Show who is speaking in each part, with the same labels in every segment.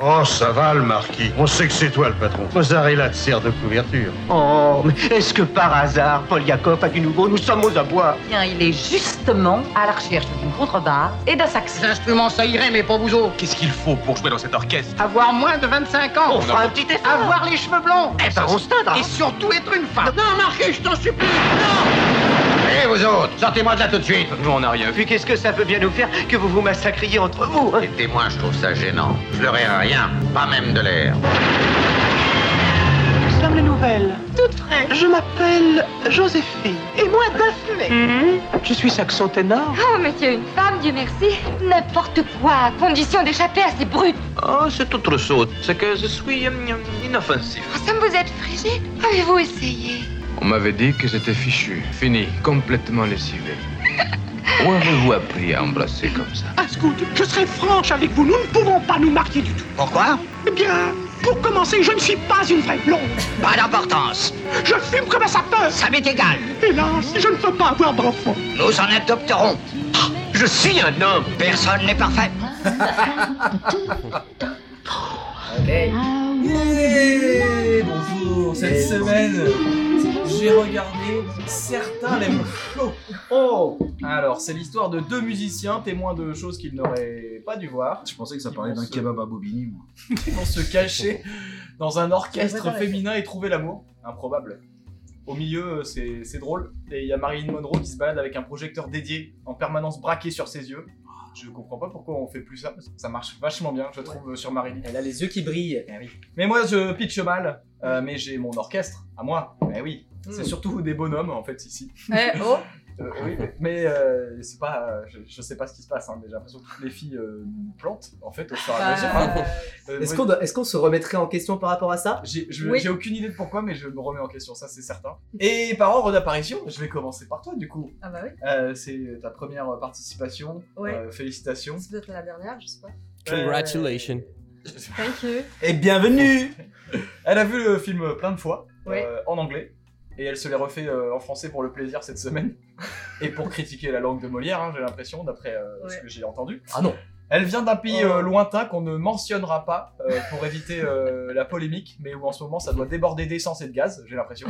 Speaker 1: Oh, ça va, le marquis. On sait que c'est toi le patron. Mozzarella te sert de couverture.
Speaker 2: Oh, mais est-ce que par hasard, Paul Yakov a du nouveau Nous sommes aux abois.
Speaker 3: Bien, il est justement à la recherche d'une contrebasse et d'un sax.
Speaker 4: L'instrument, ça irait, mais pas vous autres.
Speaker 5: Qu'est-ce qu'il faut pour jouer dans cet orchestre
Speaker 4: Avoir moins de 25
Speaker 6: Oh,
Speaker 4: ans.
Speaker 2: On fera un petit effort.
Speaker 4: Avoir les cheveux blonds.
Speaker 2: Eh ben, on se teindra.
Speaker 4: Et surtout être une femme.
Speaker 7: Non, Marquis, je t'en supplie. Non
Speaker 4: Allez, vous autres, sortez-moi de là tout de suite.
Speaker 5: Nous, on n'a rien vu.
Speaker 2: Puis qu'est-ce que ça peut bien nous faire que vous vous massacriez entre vous hein
Speaker 7: Les témoins, je trouve ça gênant. Je leur ai rien, pas même de l'air.
Speaker 6: Nous sommes les nouvelles. Toutes fraîches. Je m'appelle Joséphine. Et moi, Daphné.
Speaker 2: Mm-hmm.
Speaker 6: Je suis saxon ténor.
Speaker 8: Oh, mais tu es une femme, Dieu merci. N'importe quoi, à condition d'échapper à ces brutes.
Speaker 5: Oh, c'est autre chose. C'est que je suis euh, euh, inoffensif.
Speaker 8: Oh, ça me vous êtes frigide. Avez-vous essayé
Speaker 9: On m'avait dit que j'étais fichu, fini, complètement lessivé. Où avez-vous appris à embrasser comme ça
Speaker 6: Asgoud, je serai franche avec vous. Nous ne pouvons pas nous marier du tout.
Speaker 4: Pourquoi
Speaker 6: Eh bien, pour commencer, je ne suis pas une vraie blonde.
Speaker 4: Pas d'importance.
Speaker 6: Je fume comme un sapin.
Speaker 4: Ça m'est égal.
Speaker 6: Hélas, je ne peux pas avoir d'enfant.
Speaker 4: Nous en adopterons. Ah, je suis un homme. Personne n'est parfait.
Speaker 10: Yeah Bonjour Cette semaine, j'ai regardé Certains l'aiment chaud. Oh Alors, c'est l'histoire de deux musiciens témoins de choses qu'ils n'auraient pas dû voir.
Speaker 11: Je pensais que ça parlait d'un kebab à Bobigny, moi.
Speaker 10: Ils vont se cacher dans un orchestre féminin et trouver l'amour. Improbable. Au milieu, euh, c'est c'est drôle. Et il y a Marilyn Monroe qui se balade avec un projecteur dédié, en permanence braqué sur ses yeux. Je comprends pas pourquoi on fait plus ça. Ça marche vachement bien, je trouve, euh, sur Marilyn.
Speaker 12: Elle a les yeux qui brillent. Ah oui.
Speaker 10: Mais moi, je pitch mal. euh, mais j'ai mon orchestre à moi. Mais oui, c'est
Speaker 3: Hmm.
Speaker 12: Mm.
Speaker 10: surtout des bonhommes en fait ici.
Speaker 3: Eh oh
Speaker 10: Euh, oui, mais- mais euh, c'est pas, euh, je, je sais pas ce qui se passe. hein, mais j'ai l'impression que toutes les filles euh, nous plantent en fait au fur et à mesure. hein.
Speaker 3: Bah,
Speaker 10: Euh,
Speaker 12: Est-ce
Speaker 10: moi,
Speaker 12: qu'on doit- est-ce qu'on se remettrait en question par rapport à ça
Speaker 10: j'ai je-
Speaker 3: Oui.
Speaker 10: j'ai aucune idée de pourquoi, mais je me remets en question, ça c'est certain. Et par ordre d'apparition, je vais commencer par toi du coup.
Speaker 3: Ah bah oui,
Speaker 10: Euh, c'est ta première participation.
Speaker 3: Ouais.
Speaker 10: Euh, félicitations.
Speaker 3: c'est peut-être la dernière, je sais pas.
Speaker 13: Congratulations.
Speaker 3: Thank you.
Speaker 10: Et bienvenue Elle a vu le film plein de fois,
Speaker 3: Ouais.
Speaker 10: euh, en anglais, et elle se l'est refait euh, en français pour le plaisir cette semaine, et pour critiquer la langue de Molière, hein, j'ai l'impression, d'après euh, ce
Speaker 3: Ouais.
Speaker 10: que j'ai entendu.
Speaker 12: Ah non.
Speaker 10: Elle vient d'un pays
Speaker 3: Oh.
Speaker 10: euh, lointain qu'on ne mentionnera pas euh, pour éviter euh, la polémique, mais où en ce moment ça doit déborder d'essence et de gaz, j'ai l'impression.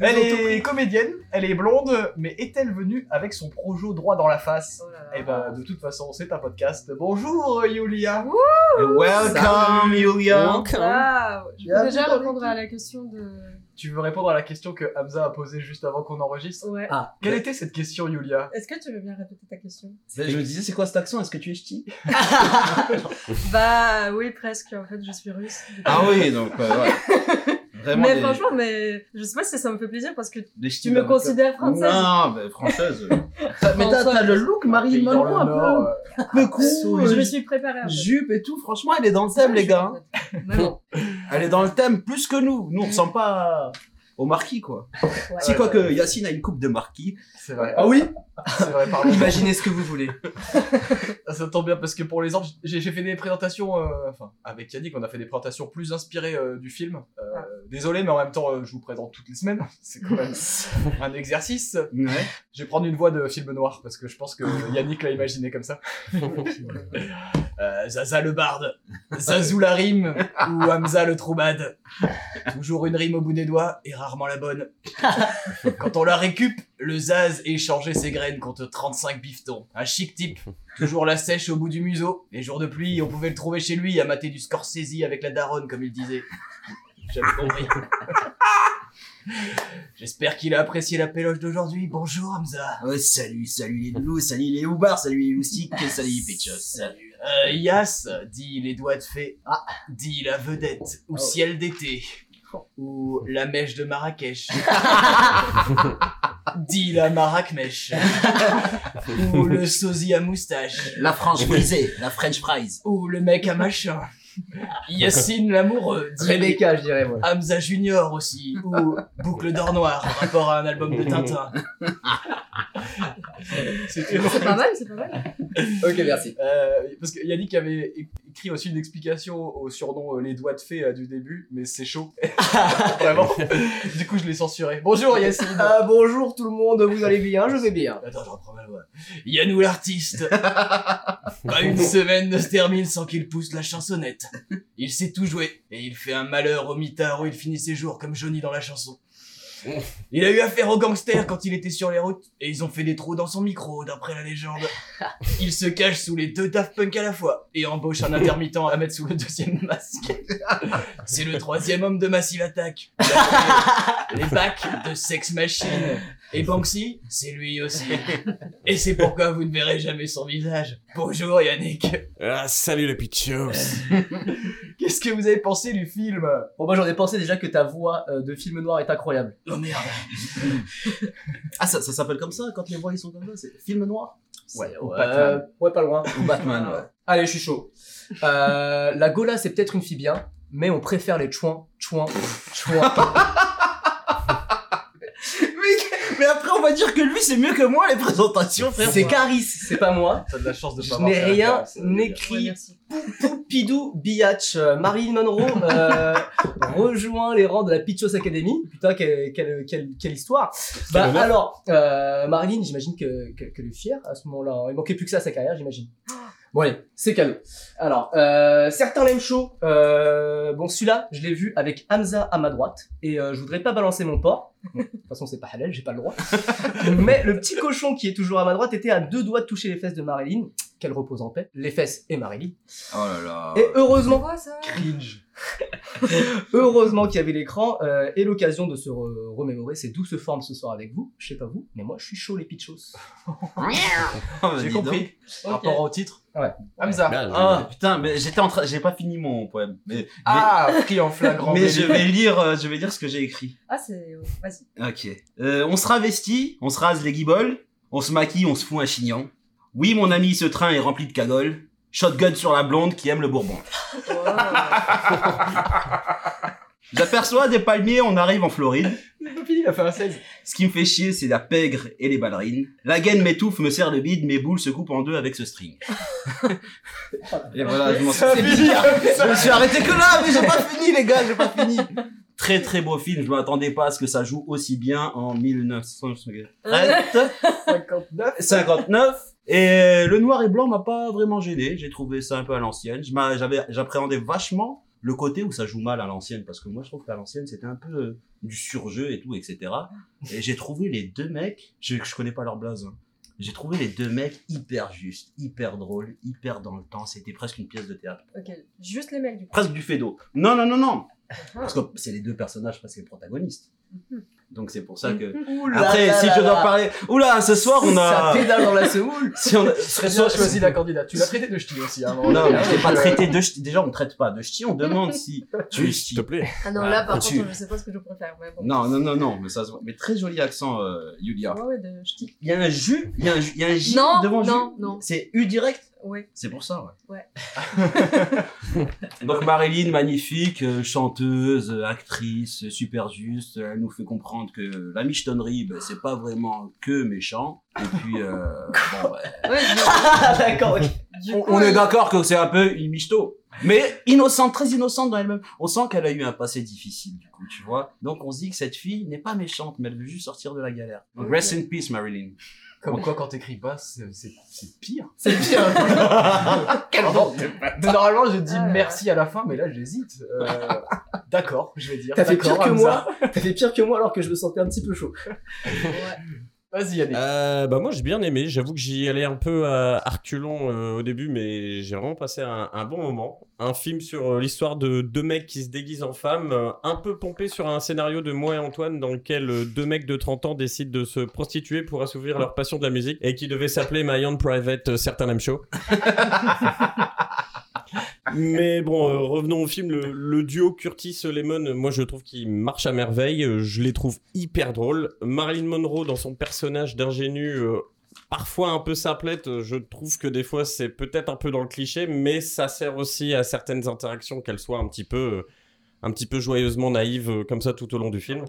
Speaker 10: elle est comédienne, elle est blonde, mais est-elle venue avec son projo droit dans la face
Speaker 3: Oh là là.
Speaker 10: Eh ben, de toute façon, c'est un podcast. Bonjour Yulia
Speaker 11: Welcome, Yulia
Speaker 3: Waouh Je
Speaker 10: Bien
Speaker 3: peux déjà
Speaker 10: vu,
Speaker 3: répondre à la question de...
Speaker 10: Tu veux répondre à la question que Hamza a posée juste avant qu'on enregistre
Speaker 3: Ouais.
Speaker 12: Ah.
Speaker 10: Quelle était cette question, Yulia
Speaker 3: Est-ce que tu veux bien répéter ta question
Speaker 12: Je me disais, c'est quoi cet accent Est-ce que tu es ch'ti
Speaker 3: Bah oui, presque. En fait, je suis russe. du coup.
Speaker 11: Ah oui, donc, euh, ouais. Vraiment
Speaker 3: mais
Speaker 11: des-
Speaker 3: franchement, mais je sais pas si ça me fait plaisir parce que
Speaker 11: des
Speaker 3: tu me
Speaker 11: styles-
Speaker 3: considères française.
Speaker 11: Non, bah, française.
Speaker 12: T'as- Mais t'as
Speaker 3: François,
Speaker 12: t'as le look Marilyn
Speaker 10: Dans le
Speaker 12: Monroe un
Speaker 10: Nord,
Speaker 12: peu,
Speaker 10: euh,
Speaker 12: peu court,
Speaker 3: Je me
Speaker 12: euh,
Speaker 3: suis préparée. En fait.
Speaker 12: jupe et tout. Franchement, elle est dans le thème, les gars. hein.
Speaker 3: Mais bon,
Speaker 12: Elle est dans le thème plus que nous. Nous, on ressemble pas à- au marquis, quoi. Si, quoi que Yacine a une coupe de marquis.
Speaker 10: C'est vrai.
Speaker 12: Ah oui
Speaker 10: C'est vrai, pardon.
Speaker 12: Imaginez ce que vous voulez.
Speaker 10: Ah, Ça tombe bien parce que pour les anges, j'ai j'ai fait des présentations, euh, enfin, avec Yannick, on a fait des présentations plus inspirées euh, du film. Euh,
Speaker 3: Ah.
Speaker 10: Désolé, mais en même temps, euh, je vous présente toutes les semaines. C'est quand même un exercice.
Speaker 12: Ouais.
Speaker 10: Je vais prendre une voix de film noir parce que je pense que Yannick l'a imaginé comme ça. Euh, Zaza le barde, Zazou la rime ou Hamza le troubade. Toujours une rime au bout des doigts et rarement la bonne. Quand on la récup, le Zaz échangeait ses graines contre 35 biftons. Un chic type, toujours la sèche au bout du museau. Les jours de pluie, on pouvait le trouver chez lui à mater du Scorsese avec la daronne comme il disait. J'avais compris. J'espère qu'il a apprécié la péloche d'aujourd'hui. Bonjour Hamza.
Speaker 12: Oh, salut, salut les loups, salut les houbars, salut les loustiques, salut les péchos.
Speaker 10: Euh, Yas, dit les doigts de fée, ah, dit la vedette, ou
Speaker 12: Ah ouais.
Speaker 10: ciel d'été, ou la mèche de Marrakech, dit la Marrakech, ou le sosie à moustache,
Speaker 12: La France brisée, la French fries.
Speaker 10: ou le mec à machin, Yacine l'amoureux, dit
Speaker 12: Rebecca, je dirais, moi.
Speaker 10: Hamza Junior aussi, ou Boucle d'or noir, rapport à un album de Tintin. C'était long.
Speaker 3: c'est pas mal, c'est pas mal.
Speaker 12: Ok, merci.
Speaker 10: Euh, parce que Yannick avait é- écrit aussi une explication au surnom euh, Les Doigts de Fée euh, du début, mais c'est chaud. Vraiment. du coup, je l'ai censuré. Bonjour Yacine.
Speaker 12: Ah, bonjour tout le monde, vous allez bien, je vais bien.
Speaker 10: Attends, je reprends ma voix. Yannou l'artiste. Pas une semaine ne se termine sans qu'il pousse la chansonnette. Il sait tout jouer, et il fait un malheur au mitard où il finit ses jours comme Johnny dans la chanson. Il a eu affaire aux gangsters quand il était sur les routes, et ils ont fait des trous dans son micro, d'après la légende. Il se cache sous les deux Daft Punk à la fois, et embauche un intermittent à mettre sous le deuxième masque. C'est le troisième homme de Massive Attack. Les bacs de Sex Machine. Et Banksy, c'est lui aussi. Et c'est pourquoi vous ne verrez jamais son visage. Bonjour Yannick.
Speaker 4: Ah, salut les pitchos
Speaker 10: Qu'est-ce que vous avez pensé du film
Speaker 12: Bon, moi j'en ai pensé déjà que ta voix euh, de film noir est incroyable.
Speaker 10: Oh merde
Speaker 2: Ah, ça, ça s'appelle comme ça quand les voix ils sont comme ça C'est film noir
Speaker 12: Ouais,
Speaker 2: au
Speaker 12: ouais,
Speaker 2: Batman.
Speaker 12: ouais, pas loin. Ah,
Speaker 2: Ou Batman, ouais.
Speaker 12: Allez, je suis chaud. Euh, la Gola, c'est peut-être une fille bien, mais on préfère les chouins, chouins, chouins.
Speaker 2: mais, mais après, on va dire que lui, c'est mieux que moi les présentations, frère.
Speaker 12: C'est Caris, c'est pas moi.
Speaker 2: T'as de la chance de
Speaker 12: Je n'ai rien écrit. Poupidou, Biatch, euh, Marilyn Monroe euh, rejoint les rangs de la Pitchos Academy. Putain, quelle, quelle, quelle, quelle histoire. Bah
Speaker 2: honneur.
Speaker 12: alors, euh, Marilyn, j'imagine que, que, que le fier à ce moment-là. hein. Il manquait plus que ça à sa carrière, j'imagine. Bon allez, c'est cadeau. Alors, euh, certains l'aiment chaud. Euh, bon, celui-là, je l'ai vu avec Hamza à ma droite. Et euh, je voudrais pas balancer mon porc. Bon, de toute façon, c'est pas halal, j'ai pas le droit. Mais le petit cochon qui est toujours à ma droite était à deux doigts de toucher les fesses de Marilyn. Qu'elle repose en paix. Les fesses et Marilyn.
Speaker 14: Oh là là.
Speaker 12: Et heureusement, cringe. heureusement qu'il y avait l'écran euh, et l'occasion de se re- remémorer ces douces formes ce soir avec vous. Je sais pas vous, mais moi je suis chaud les pitchos.
Speaker 2: J'ai
Speaker 10: compris. Rapport au titre
Speaker 12: Ouais.
Speaker 10: Hamza.
Speaker 2: Ah putain, mais j'étais en train, j'ai pas fini mon poème. Mais,
Speaker 10: Ah,
Speaker 2: mais-
Speaker 10: pris en flagrant
Speaker 2: Mais
Speaker 10: délit.
Speaker 2: je vais lire, euh, je vais lire ce que j'ai écrit.
Speaker 3: Ah, c'est. Vas-y.
Speaker 2: Ok. Euh, on se ravestit, on se rase les guiboles, on se maquille, on se fout un chignon. Oui, mon ami, ce train est rempli de cagoles. Shotgun sur la blonde qui aime le bourbon. J'aperçois des palmiers, on arrive en Floride.
Speaker 10: il a fait un 16.
Speaker 2: Ce qui me fait chier, c'est la pègre et les ballerines. La gaine m'étouffe, me serre le bide, mes boules se coupent en deux avec ce string. et voilà, je m'en suis
Speaker 15: Ça
Speaker 2: c'est
Speaker 15: finit
Speaker 2: bizarre.
Speaker 15: comme ça.
Speaker 2: Je me suis arrêté que là, mais j'ai pas fini, les gars, j'ai pas fini. Très très beau film, je m'attendais pas à ce que ça joue aussi bien en 1959. 59. Et le noir et blanc m'a pas vraiment gêné, j'ai trouvé ça un peu à l'ancienne. Je m'a- j'avais- J'appréhendais vachement le côté où ça joue mal à l'ancienne, parce que moi je trouve qu'à l'ancienne c'était un peu euh, du surjeu et tout, etc. Et j'ai trouvé les deux mecs, je, je connais pas leur blaze, hein. j'ai trouvé les deux mecs hyper justes, hyper drôles, hyper dans le temps, c'était presque une pièce de théâtre.
Speaker 3: Ok, juste les mecs du coup.
Speaker 2: Presque du d'eau. Non, non, non, non
Speaker 3: Ah.
Speaker 2: Parce que c'est les deux personnages presque protagonistes. Donc c'est pour ça que...
Speaker 3: Mhm. Ouh
Speaker 10: là
Speaker 2: Après,
Speaker 10: là
Speaker 2: si
Speaker 10: là
Speaker 2: je
Speaker 10: là.
Speaker 2: dois parler... Oula, ce soir on a...
Speaker 10: Ça pédale dans la
Speaker 12: semoule.
Speaker 2: si on a...
Speaker 10: Très bien choisi la candidate. Tu l'as traité de ch'ti aussi. Hein,
Speaker 2: Non, mais je t'ai pas traité de ch'ti. Déjà, on ne traite pas de ch'ti, on demande si tu es ch'ti. S'il te plaît.
Speaker 3: Ah non, là par contre, je sais pas ce que je préfère. Ouais, bon.
Speaker 2: Non, non, non, non, mais ça se voit. Mais très joli accent, euh, Yulia.
Speaker 3: Ouais, ouais, de ch'ti.
Speaker 2: Il y a un jus, il y a un, jus- il y a un J
Speaker 3: Non,
Speaker 2: devant jus.
Speaker 3: non, non.
Speaker 2: C'est U direct
Speaker 3: Ouais.
Speaker 2: C'est pour ça, ouais.
Speaker 3: Ouais.
Speaker 2: Donc Marilyn, magnifique, euh, chanteuse, euh, actrice, euh, super juste, euh, elle nous fait comprendre que la michetonnerie, ben, c'est pas vraiment que méchant. Et puis, euh, bon, ouais.
Speaker 12: Ah, D'accord,
Speaker 2: on, on
Speaker 12: euh,
Speaker 2: est d'accord que c'est un peu une michto. Mais innocente, très innocente dans elle-même. On sent qu'elle a eu un passé difficile, du coup, tu vois. Donc on se dit que cette fille n'est pas méchante, mais elle veut juste sortir de la galère. Donc, rest in peace, Marilyn.
Speaker 10: Comme quoi, quand t'écris pas, c'est c'est- c'est pire.
Speaker 12: C'est pire.
Speaker 10: Quel bande de bâtards. Normalement, je dis merci à la fin, mais là, j'hésite. Euh, D'accord, je vais dire.
Speaker 12: T'as fait pire
Speaker 10: d'accord,
Speaker 12: que
Speaker 10: Hamza.
Speaker 12: moi. T'as fait pire que moi alors que je me sentais un petit peu chaud.
Speaker 10: Vas-y, Yannick.
Speaker 4: Euh, bah moi j'ai bien aimé, j'avoue que j'y allais un peu à Arculon euh, au début, mais j'ai vraiment passé un, un bon moment. Un film sur euh, l'histoire de deux mecs qui se déguisent en femmes, euh, un peu pompé sur un scénario de moi et Antoine dans lequel euh, deux mecs de 30 ans décident de se prostituer pour assouvir leur passion de la musique et qui devait s'appeler My Own Private euh, Certain Lame Show. Mais bon, euh, revenons au film. Le, le duo Curtis Lemon, euh, moi je trouve qu'il marche à merveille. Euh, Je les trouve hyper drôles. Marilyn Monroe dans son personnage d'ingénue, euh, parfois un peu simplette. euh, Je trouve que des fois c'est peut-être un peu dans le cliché, mais ça sert aussi à certaines interactions qu'elle soit un petit peu, euh, un petit peu joyeusement naïve euh, comme ça tout au long du film.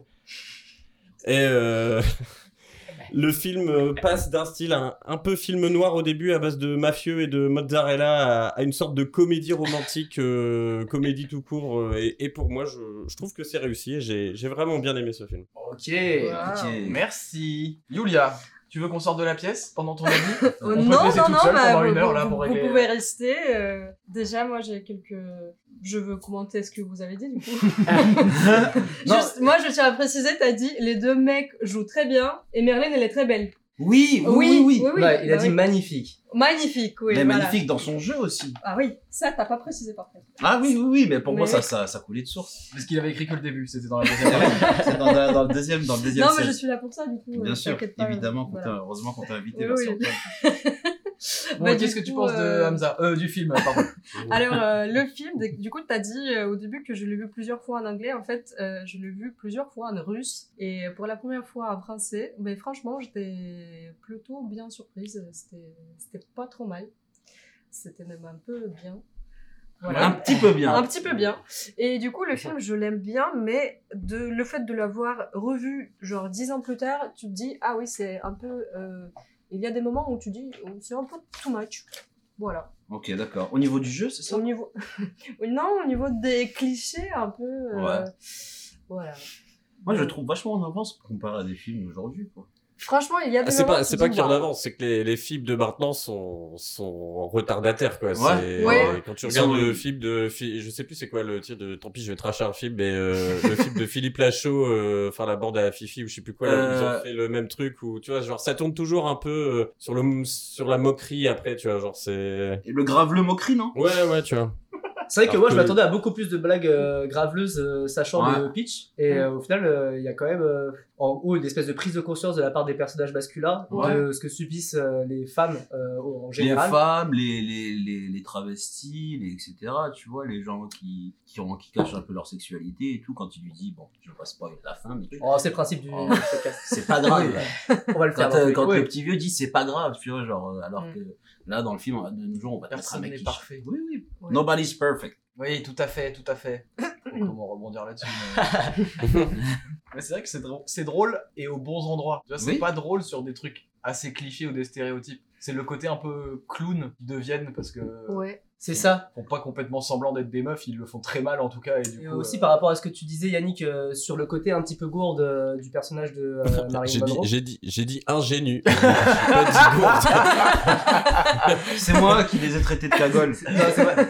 Speaker 4: Et euh, le film euh, passe d'un style un, un peu film noir au début à base de mafieux et de mozzarella à, à une sorte de comédie romantique, euh, comédie tout court. euh, et, et pour moi, je, je trouve que c'est réussi et j'ai j'ai vraiment bien aimé ce film.
Speaker 10: Ok,
Speaker 4: Wow.
Speaker 10: merci. Julia. Tu veux qu'on sorte de la pièce pendant ton avis
Speaker 9: Oh,
Speaker 10: On
Speaker 9: non,
Speaker 10: peut te laisser
Speaker 9: non,
Speaker 10: toute
Speaker 9: non,
Speaker 10: seule
Speaker 9: bah,
Speaker 10: pendant
Speaker 9: vous,
Speaker 10: une heure
Speaker 9: vous-
Speaker 10: là pour
Speaker 9: vous
Speaker 10: régler.
Speaker 9: pouvez rester. euh, Déjà, moi, j'ai quelques. Je veux commenter ce que vous avez dit, du coup. Juste, moi, je tiens à préciser, t'as dit les deux mecs jouent très bien et Merlin, elle est très belle.
Speaker 2: Oui,
Speaker 9: Oui, oui, oui.
Speaker 12: Ouais, il a
Speaker 9: Bah
Speaker 12: dit
Speaker 9: oui.
Speaker 12: magnifique.
Speaker 9: Magnifique, oui.
Speaker 2: mais
Speaker 9: voilà.
Speaker 2: magnifique dans son jeu aussi.
Speaker 9: Ah oui, ça, t'as pas précisé par contre.
Speaker 2: Ah oui, oui, oui, mais pour moi,
Speaker 9: Mais-
Speaker 2: ça, ça, ça coulait de source.
Speaker 10: Parce qu'il avait écrit que le début, c'était dans la deuxième.
Speaker 2: C'est dans, dans- dans le deuxième, dans le deuxième
Speaker 9: Non, mais
Speaker 2: set.
Speaker 9: je suis là pour ça, du coup.
Speaker 2: Bien
Speaker 9: euh,
Speaker 2: sûr,
Speaker 9: t'inquiète pas,
Speaker 2: évidemment, qu'on
Speaker 9: voilà.
Speaker 2: t'a- heureusement qu'on t'a invité
Speaker 9: Oui,
Speaker 2: vers
Speaker 9: oui.
Speaker 2: sur
Speaker 10: Bon,
Speaker 9: Bah,
Speaker 10: qu'est-ce
Speaker 9: du
Speaker 10: que tu
Speaker 9: coup,
Speaker 10: penses de
Speaker 9: euh,
Speaker 10: Hamza Euh, du film, pardon.
Speaker 9: Alors, euh, le film, dès- du coup, t'as dit euh, au début que je l'ai vu plusieurs fois en anglais. En fait, euh, je l'ai vu plusieurs fois en russe et pour la première fois en français. Mais franchement, j'étais plutôt bien surprise. C'était- C'était pas trop mal. C'était même un peu bien. Voilà.
Speaker 2: Un petit peu bien.
Speaker 9: Un petit peu bien. Et du coup, le film, je l'aime bien, mais de, le fait de l'avoir revu, genre dix ans plus tard, tu te dis, ah oui, c'est un peu. euh, il y a des moments où tu dis, oh, c'est un peu too much. Voilà.
Speaker 2: Ok, d'accord. Au niveau du jeu, c'est ça
Speaker 9: Au niveau... non, au niveau des clichés, un peu. euh,
Speaker 2: Ouais.
Speaker 9: Voilà.
Speaker 2: Moi, je le trouve vachement en avance comparé à des films d'aujourd'hui. quoi.
Speaker 9: Franchement, il y a des
Speaker 1: Ah, c'est
Speaker 9: moments
Speaker 1: pas,
Speaker 9: où tu
Speaker 1: c'est
Speaker 9: te
Speaker 1: pas
Speaker 9: dis,
Speaker 1: qu'il y en
Speaker 9: waouh.
Speaker 1: avance, c'est que les, les films de maintenant sont, sont retardataires, quoi. C'est-
Speaker 9: Ouais.
Speaker 1: euh, Quand tu
Speaker 2: Ils
Speaker 1: regardes
Speaker 2: sont-
Speaker 1: le film de, Phi- je sais plus c'est quoi le titre de, tant pis, je vais tracher un film, mais euh, le film de Philippe Lachaud, euh, enfin la bande à Fifi ou je sais plus quoi, là, où ils
Speaker 2: Euh.
Speaker 1: ont fait le même truc où, tu vois, genre ça tourne toujours un peu euh, sur le, sur la moquerie après, tu vois, genre c'est.
Speaker 2: Le grave le moquerie, non
Speaker 1: Ouais, ouais, tu vois.
Speaker 12: C'est vrai que
Speaker 1: Alors
Speaker 12: moi, je
Speaker 1: que-
Speaker 12: m'attendais à beaucoup plus de blagues euh, graveleuses, euh, sachant
Speaker 2: Ouais.
Speaker 12: le pitch. Et euh, au final, euh, il y a quand même, euh, en gros, une espèce de prise de conscience de la part des personnages masculins de
Speaker 2: Ouais.
Speaker 12: ce que subissent euh, les femmes euh, en
Speaker 2: les
Speaker 12: général.
Speaker 2: femmes, les, les, les, les travestis, les, etc. Tu vois, les gens qui, qui, ont, qui cachent un peu leur sexualité et tout, quand il lui dit, bon, je passe pas la fin, mais tu-
Speaker 12: Oh, c'est le principe du
Speaker 2: Oh,
Speaker 12: podcast.
Speaker 2: c'est pas grave.
Speaker 12: On va le faire.
Speaker 2: Quand, euh,
Speaker 12: dans le-
Speaker 2: quand
Speaker 12: ouais.
Speaker 2: le petit vieux dit, c'est pas grave, tu vois, genre, euh,
Speaker 12: Mm.
Speaker 2: alors que là, dans le film, on va- de nos jours, on va te mettre un
Speaker 10: Personne
Speaker 2: mec
Speaker 10: n'est
Speaker 2: qui-
Speaker 10: parfait.
Speaker 2: Oui, oui. Nobody's perfect.
Speaker 10: Oui, tout à fait, tout à fait. Comment rebondir là-dessus mais- Mais c'est vrai que c'est drôle, c'est drôle et aux bons endroits. Tu vois, c'est
Speaker 2: Oui.
Speaker 10: pas drôle sur des trucs assez clichés ou des stéréotypes. C'est le côté un peu clown qu'ils deviennent parce que.
Speaker 9: Ouais.
Speaker 12: C'est ça.
Speaker 10: Ils font pas complètement semblant d'être des meufs, ils le font très mal en tout cas. Et du
Speaker 12: Et
Speaker 10: coup,
Speaker 12: aussi
Speaker 10: euh,
Speaker 12: par rapport à ce que tu disais Yannick euh, sur le côté un petit peu gourde euh, du personnage de euh, Marilyn
Speaker 1: J'ai dit,
Speaker 12: Monroe.
Speaker 1: j'ai dit, j'ai dit ingénu. J'ai pas dit gourde.
Speaker 2: C'est moi qui les ai traités de cagoles.
Speaker 12: Non, c'est vrai.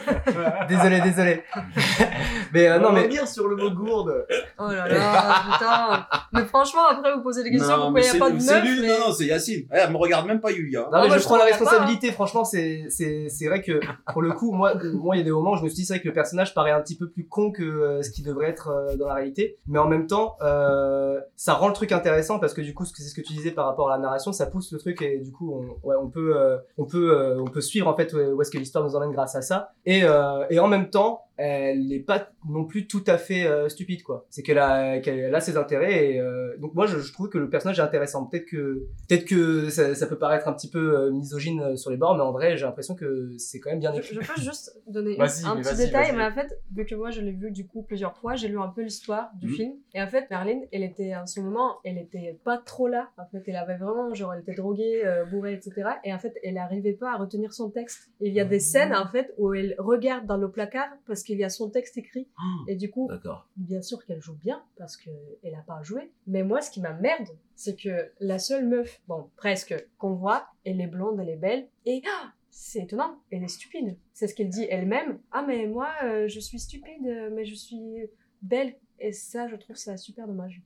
Speaker 12: désolé, désolé. mais euh, non, mais
Speaker 10: revenir sur le mot gourde.
Speaker 9: Oh là là, putain. Mais franchement, après, vous posez des questions,
Speaker 2: Non,
Speaker 9: pourquoi
Speaker 2: mais
Speaker 9: il n'y a pas de
Speaker 2: c'est- c'est
Speaker 9: meuf
Speaker 2: lui, non, non, c'est Yacine. Eh, Elle me regarde même pas, Yulia.
Speaker 12: Non, mais je prends la
Speaker 2: regarde pas, hein.
Speaker 12: responsabilité, franchement, c'est, c'est, c'est vrai que pour le coup, moi, moi, il y a des moments où je me suis dit, c'est vrai que le personnage paraît un petit peu plus con que euh, ce qu'il devrait être euh, dans la réalité, mais en même temps, euh, ça rend le truc intéressant parce que du coup, ce que- c'est ce que tu disais par rapport à la narration, ça pousse le truc et du coup, on, ouais, on peut, euh, on peut, euh, on peut suivre en fait où où est-ce que l'histoire nous emmène grâce à ça, et, euh, et en même temps, elle n'est pas non plus tout à fait euh, stupide quoi. C'est qu'elle a, qu'elle a ses intérêts et euh, donc moi je, je trouve que le personnage est intéressant. Peut-être que peut-être que ça, ça peut paraître un petit peu euh, misogyne euh, sur les bords, mais en vrai j'ai l'impression que c'est quand même bien écrit.
Speaker 9: Je, je peux juste donner une-
Speaker 12: Vas-y,
Speaker 9: un
Speaker 12: mais
Speaker 9: petit
Speaker 12: vas-y,
Speaker 9: détail,
Speaker 12: vas-y.
Speaker 9: mais en fait, vu que moi je l'ai vu du coup plusieurs fois, j'ai lu un peu l'histoire du
Speaker 12: Mhm.
Speaker 9: film. Et en fait, Merlin, elle était à ce moment, elle était pas trop là. En fait, elle avait vraiment, genre, elle était droguée, euh, bourrée, etc. Et en fait, elle n'arrivait pas à retenir son texte. Et il y
Speaker 12: Ah.
Speaker 9: a des scènes, en fait, où elle regarde dans le placard parce qu'il y a son texte écrit.
Speaker 12: Ah.
Speaker 9: Et du coup,
Speaker 2: D'accord.
Speaker 9: bien sûr qu'elle joue bien parce qu'elle n'a pas joué. Mais moi, ce qui m'emmerde, c'est que la seule meuf, bon, presque, qu'on voit, elle est blonde, elle est belle, et ah, c'est étonnant, elle est stupide. C'est ce qu'elle dit elle-même. Ah, mais moi, euh, je suis stupide, euh, mais je suis belle. Et ça, je trouve ça super dommage.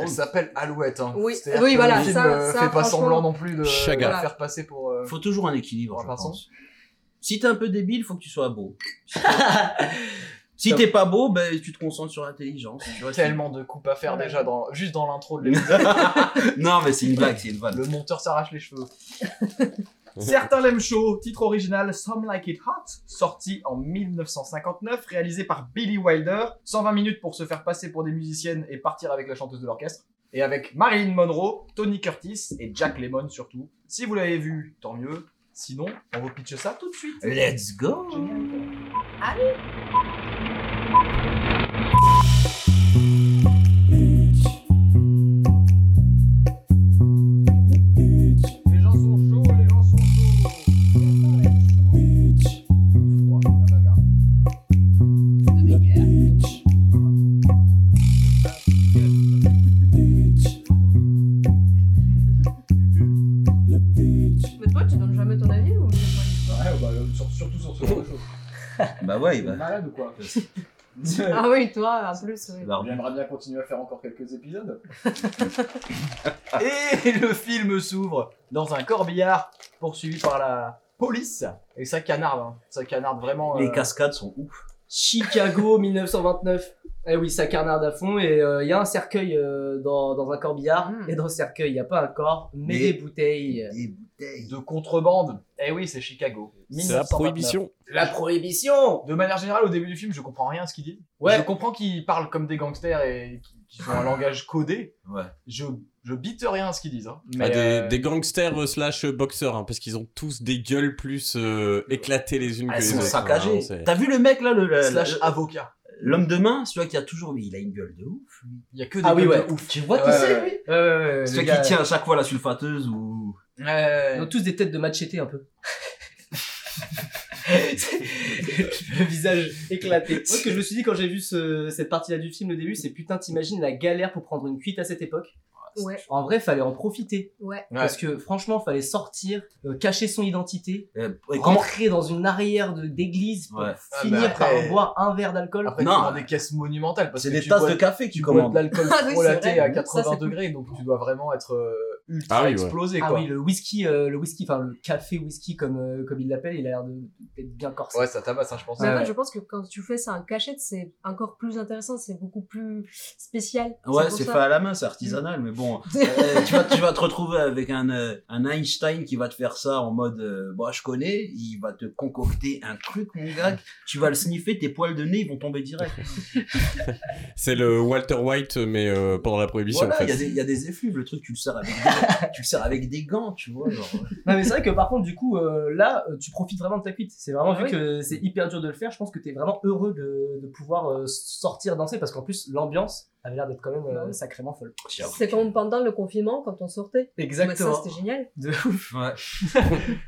Speaker 10: Elle s'appelle Alouette. Hein.
Speaker 9: Oui,
Speaker 10: C'est-à-dire
Speaker 9: oui,
Speaker 10: que
Speaker 9: voilà,
Speaker 10: le film,
Speaker 9: ça- ça,
Speaker 10: euh, fait pas
Speaker 9: franchement,
Speaker 10: semblant non plus de
Speaker 2: Chaga.
Speaker 10: la faire passer pour. euh,
Speaker 2: Faut toujours un équilibre, je
Speaker 10: Vincent.
Speaker 2: pense. Si t'es un peu débile, faut que tu sois beau. si t'es pas beau, ben, tu te concentres sur l'intelligence. tu vois,
Speaker 10: Tellement de coupes à faire déjà, dans, juste dans l'intro
Speaker 2: c'est-
Speaker 10: de l'épisode.
Speaker 2: non, mais c'est une blague, c'est une vanne.
Speaker 10: Le monteur s'arrache les cheveux. Certains l'aiment chaud, titre original Some Like It Hot, sorti en 1959, réalisé par Billy Wilder, 120 minutes pour se faire passer pour des musiciennes et partir avec la chanteuse de l'orchestre, et avec Marilyn Monroe, Tony Curtis et Jack Lemmon surtout. Si vous l'avez vu, tant mieux, sinon on vous pitche ça tout de suite.
Speaker 2: Let's go
Speaker 9: Allez
Speaker 4: Bah
Speaker 16: là, il va-
Speaker 10: Malade ou quoi
Speaker 9: Ah oui, toi, en plus. oui.
Speaker 10: On aimerait bien continuer à faire encore quelques épisodes. Et le film s'ouvre dans un corbillard poursuivi par la police. Et ça canarde, hein. ça canarde vraiment.
Speaker 16: Les
Speaker 10: euh,
Speaker 16: cascades sont ouf.
Speaker 12: Chicago 1929. Eh oui, ça carnarde à fond et euh, il y a un cercueil euh, dans, dans un corbillard. Et dans le cercueil, il n'y a pas un corps, mais,
Speaker 10: Mais-
Speaker 12: des bouteilles.
Speaker 10: De contrebande. Eh oui, c'est Chicago.
Speaker 12: C'est la
Speaker 10: 1929.
Speaker 12: prohibition. La prohibition
Speaker 10: De manière générale, au début du film, je comprends rien à ce qu'il dit.
Speaker 12: Ouais.
Speaker 10: Je comprends qu'ils parlent comme des gangsters et qu'ils ont un langage codé.
Speaker 2: Ouais.
Speaker 10: Je, je bite rien à ce qu'ils disent. hein. Mais,
Speaker 4: Ah, des,
Speaker 10: euh,
Speaker 4: des gangsters euh, slash euh, boxeurs, hein, parce qu'ils ont tous des gueules plus euh, éclatées les unes
Speaker 16: Ah, Elles
Speaker 4: que les
Speaker 16: sont
Speaker 4: autres.
Speaker 16: saccagées.
Speaker 4: hein, c'est-
Speaker 16: T'as vu le mec là, le, le-
Speaker 10: Slash
Speaker 16: Euh, le-
Speaker 10: avocat.
Speaker 16: L'homme de main, celui qui a toujours, il a une gueule de ouf. lui.
Speaker 10: Il y a que
Speaker 16: des gueules de
Speaker 10: ouf.
Speaker 16: Tu vois qui
Speaker 12: Ouais,
Speaker 16: c'est
Speaker 12: ouais.
Speaker 16: lui
Speaker 12: Ouais, ouais, ouais,
Speaker 16: Celui
Speaker 12: le
Speaker 16: qui
Speaker 12: gars-
Speaker 16: tient à chaque fois la sulfateuse ou.
Speaker 10: Euh,
Speaker 12: Ils ont tous des têtes de macheté un peu. le visage éclaté. Moi, ce que je me suis dit quand j'ai vu ce- cette partie-là du film au début, c'est putain, t'imagines la galère pour prendre une cuite à cette époque
Speaker 10: Bah,
Speaker 9: Ouais.
Speaker 12: En vrai, fallait en profiter.
Speaker 9: Ouais.
Speaker 12: Parce que franchement, fallait sortir, euh, cacher son identité,
Speaker 16: ouais,
Speaker 12: rentrer dans une arrière de- d'église pour
Speaker 16: Euh, Ouais.
Speaker 12: finir
Speaker 10: Ah, mais après-
Speaker 12: par boire un verre d'alcool.
Speaker 10: Après, tu prends des caisses monumentales.
Speaker 12: Ah,
Speaker 10: parce
Speaker 12: C'est
Speaker 10: que
Speaker 12: des
Speaker 10: tu
Speaker 12: tasses
Speaker 10: bois-
Speaker 12: de café que
Speaker 10: tu
Speaker 12: tu
Speaker 10: bois
Speaker 12: commandes.
Speaker 10: de l'alcool
Speaker 12: Ah oui, c'est
Speaker 10: frelaté
Speaker 12: vrai.
Speaker 10: à
Speaker 12: Ça,
Speaker 10: 80
Speaker 12: c'est cool.
Speaker 10: degrés, donc tu dois vraiment être euh, ultra explosé.
Speaker 12: Ah
Speaker 10: quoi.
Speaker 12: oui, le whisky, euh, le whisky, enfin le café whisky comme euh, comme il l'appelle, il a l'air de d'être bien corsé.
Speaker 10: Ouais, ça tabasse, hein, je pense.
Speaker 9: Mais en fait, je pense que quand tu fais ça en cachette, c'est encore plus intéressant, c'est beaucoup plus spécial.
Speaker 16: Ouais,
Speaker 9: pour
Speaker 16: c'est
Speaker 9: ça.
Speaker 16: fait à la main, c'est artisanal, mais bon. Euh, tu, vas, tu vas te retrouver avec un, euh, un Einstein qui va te faire ça en mode euh, bah, je connais, il va te concocter un truc, mon gars. Tu vas le sniffer, tes poils de nez ils vont tomber direct.
Speaker 4: C'est le Walter White, mais euh, pendant la prohibition.
Speaker 16: voilà,
Speaker 4: en
Speaker 16: il y, a
Speaker 4: fait.
Speaker 16: des- il y a des effluves, le truc, tu le sers avec des, tu le sers avec des gants, tu vois. Genre,
Speaker 12: Non mais c'est vrai que par contre du coup euh, là euh, tu profites vraiment de ta cuite.
Speaker 9: Bah
Speaker 12: C'est vraiment
Speaker 16: Ah
Speaker 12: vu
Speaker 16: oui.
Speaker 12: que c'est hyper dur de le faire, je pense que t'es vraiment heureux de, de pouvoir euh, sortir danser parce qu'en plus l'ambiance avait l'air d'être quand même
Speaker 16: Bah
Speaker 12: euh, sacrément folle.
Speaker 9: C'est comme pendant le confinement, quand on sortait.
Speaker 12: Exactement.
Speaker 9: Mais Bah, ça, c'était génial.
Speaker 12: De ouf.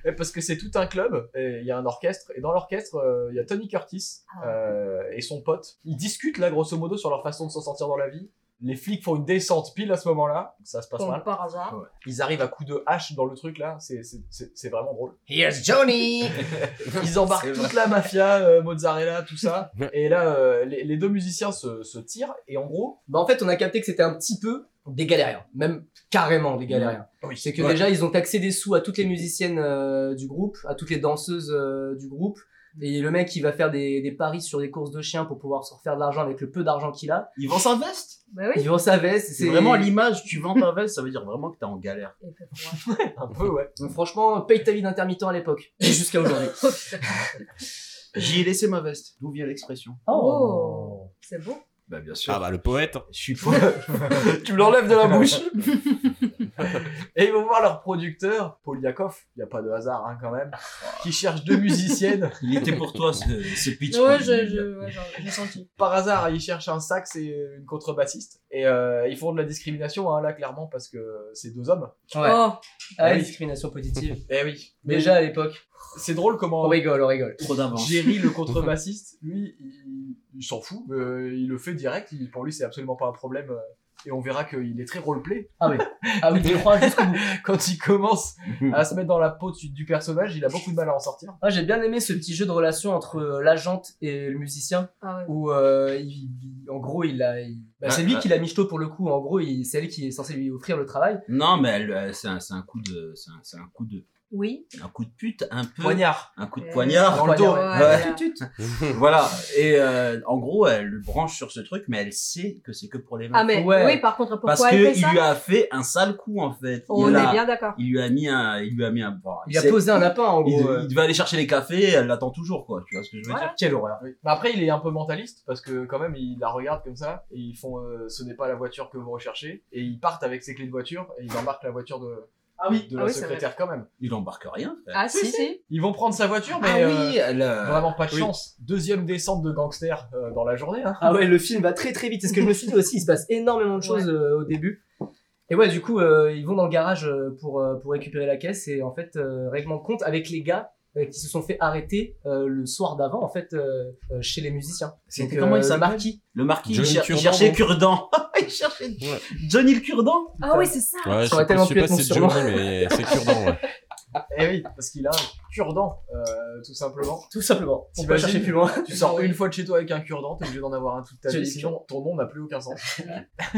Speaker 10: Et Eh, Parce que c'est tout un club, et il y a un orchestre, et dans l'orchestre, euh, il y a Tony Curtis
Speaker 12: Ah.
Speaker 10: euh, et son pote. Ils discutent là, grosso modo, sur leur façon de s'en sortir dans la vie. Les flics font une descente pile à ce moment-là, ça se passe
Speaker 9: Comme
Speaker 10: mal.
Speaker 9: par hasard.
Speaker 10: Ouais. Ils arrivent à coups de hache dans le truc là, c'est- c'est c'est- c'est vraiment drôle.
Speaker 12: Here's Johnny
Speaker 10: Ils embarquent
Speaker 12: C'est
Speaker 10: toute
Speaker 12: vrai.
Speaker 10: la mafia, euh, mozzarella, tout ça. Et là, euh, les, les deux musiciens se, se tirent, et en gros,
Speaker 12: Bah en fait on a capté que c'était un petit peu des galériens, même carrément des galériens.
Speaker 10: Oui.
Speaker 12: C'est que
Speaker 10: Ouais.
Speaker 12: déjà ils ont taxé des sous à toutes les musiciennes euh, du groupe, à toutes les danseuses euh, du groupe.
Speaker 16: Mm.
Speaker 12: Et le mec, il va faire des, des paris sur des courses de chiens pour pouvoir se refaire de l'argent avec le peu d'argent qu'il a.
Speaker 16: Il vend sa veste
Speaker 9: Bah
Speaker 12: Il vend sa veste.
Speaker 16: C'est vraiment à l'image, tu vends ta veste, ça veut dire vraiment que t'es en galère.
Speaker 10: Un peu, ouais.
Speaker 12: Donc, franchement, paye ta vie d'intermittent à l'époque. Et jusqu'à aujourd'hui.
Speaker 16: J'y ai laissé ma veste, d'où vient l'expression.
Speaker 9: Oh, c'est beau.
Speaker 16: Bah bien sûr.
Speaker 4: Ah bah le poète.
Speaker 16: Je suis
Speaker 10: tu me l'enlèves de la bouche. Et ils vont voir leur producteur, Paul Yakov, il n'y a pas de hasard hein, quand même, qui cherche deux musiciennes.
Speaker 16: Il était pour toi ce, ce pitch.
Speaker 10: Ouais,
Speaker 9: je, je, ouais, j'en- j'ai senti.
Speaker 10: Par hasard, ils cherchent un sax et une contrebassiste. Et euh, ils font de la discrimination, hein, là, clairement, parce que c'est deux hommes.
Speaker 12: Ouais. Oh. Ah,
Speaker 10: Eh oui.
Speaker 12: discrimination positive.
Speaker 10: Eh oui.
Speaker 12: Déjà à l'époque.
Speaker 10: C'est drôle comment.
Speaker 12: On rigole, on rigole.
Speaker 16: Oh. Trop d'avance.
Speaker 10: Jerry, le contrebassiste, lui, il, il s'en fout. euh, il le fait direct. il- pour lui, c'est absolument pas un problème. euh, et on verra qu'il est très roleplay.
Speaker 12: Ah oui. Ah oui, tu crois jusqu'au bout.
Speaker 10: Quand il commence à se mettre dans la peau du, du personnage, il a beaucoup de mal à en sortir.
Speaker 12: Ah, j'ai bien aimé ce petit jeu de relation entre euh, l'agente et le musicien.
Speaker 9: Ah ouais.
Speaker 12: Où, euh, il- il- en gros, il a. il- bah, c'est
Speaker 16: Ah,
Speaker 12: lui
Speaker 16: ah.
Speaker 12: qui l'a michto pour le coup. En gros, il- c'est elle qui est censée lui offrir le travail.
Speaker 16: Non, mais elle, euh, c'est un, c'est un coup de, c'est un, c'est un coup de,
Speaker 9: Oui.
Speaker 16: un coup de pute, un peu.
Speaker 12: Poignard.
Speaker 16: Un coup de
Speaker 12: Euh,
Speaker 16: Mmh. poignard.
Speaker 12: dans le dos.
Speaker 16: Ouais.
Speaker 12: Ouais. Tut,
Speaker 16: voilà. Et euh, en gros, elle le branche sur ce truc, mais elle sait que c'est que pour les meufs.
Speaker 9: Ah, mais
Speaker 16: Ouais.
Speaker 9: oui, par contre, pourquoi
Speaker 16: Parce
Speaker 9: elle fait
Speaker 16: que il
Speaker 9: ça
Speaker 16: lui a fait un sale coup en fait.
Speaker 9: On
Speaker 16: il
Speaker 9: est
Speaker 16: a-
Speaker 9: bien d'accord.
Speaker 16: Il lui a mis un, il lui a mis un. bon,
Speaker 12: Il a
Speaker 16: sait-
Speaker 12: posé un lapin en
Speaker 16: il-
Speaker 12: gros. euh.
Speaker 16: Il, devait aller chercher les cafés, elle l'attend toujours quoi. Tu vois ce que je veux
Speaker 10: Voilà.
Speaker 16: dire Quelle horreur.
Speaker 10: Oui. Mais après, il est un peu mentaliste parce que quand même, il la regarde comme ça et ils font euh, ce n'est pas la voiture que vous recherchez et ils partent avec ses clés de voiture et ils embarquent la voiture de, de
Speaker 16: Ah
Speaker 10: la
Speaker 16: oui, c'est
Speaker 10: secrétaire quand même.
Speaker 16: Il embarque rien. frère.
Speaker 9: Ah, si, si.
Speaker 10: Ils vont prendre sa voiture, mais
Speaker 16: Ah oui,
Speaker 10: euh,
Speaker 16: elle a-
Speaker 10: vraiment pas de
Speaker 16: oui.
Speaker 10: chance. Deuxième descente de gangster euh, dans la journée. hein.
Speaker 12: Ah ouais, le film va très très vite. C'est ce que je me suis dit aussi. Il se passe énormément de choses euh, au début. Et ouais, du coup, euh, ils vont dans le garage euh, pour, euh, pour récupérer la caisse et en fait, euh, règlement de compte avec les gars euh, qui se sont fait arrêter euh, le soir d'avant, en fait, euh, euh, chez les musiciens.
Speaker 16: C'était
Speaker 12: Donc,
Speaker 16: comment
Speaker 12: euh,
Speaker 16: il
Speaker 12: le
Speaker 16: s'appelle
Speaker 12: marquis.
Speaker 16: Le marquis.
Speaker 12: Johnny
Speaker 16: il, cher- il
Speaker 12: Cure-dent,
Speaker 16: cherchait
Speaker 12: bon.
Speaker 16: Cure-dent. il cherchait Johnny le Cure-dent.
Speaker 9: Ah oui, c'est ça.
Speaker 4: Ouais, je
Speaker 12: Ça
Speaker 4: sais pas,
Speaker 12: aurait tellement
Speaker 4: je sais
Speaker 12: pu
Speaker 4: pas
Speaker 12: être mon
Speaker 4: si c'est
Speaker 12: surnom.
Speaker 4: Johnny, mais c'est cure ouais.
Speaker 10: Eh oui, parce qu'il a un cure-dent, euh, tout simplement.
Speaker 12: Tout simplement. On peut
Speaker 10: T'imagines,
Speaker 12: chercher plus loin.
Speaker 10: Tu sors une fois de chez toi avec un cure-dent, t'es obligé d'en avoir un toute ta
Speaker 12: J'ai
Speaker 10: vie,
Speaker 12: des
Speaker 10: sinon ton nom n'a plus aucun sens.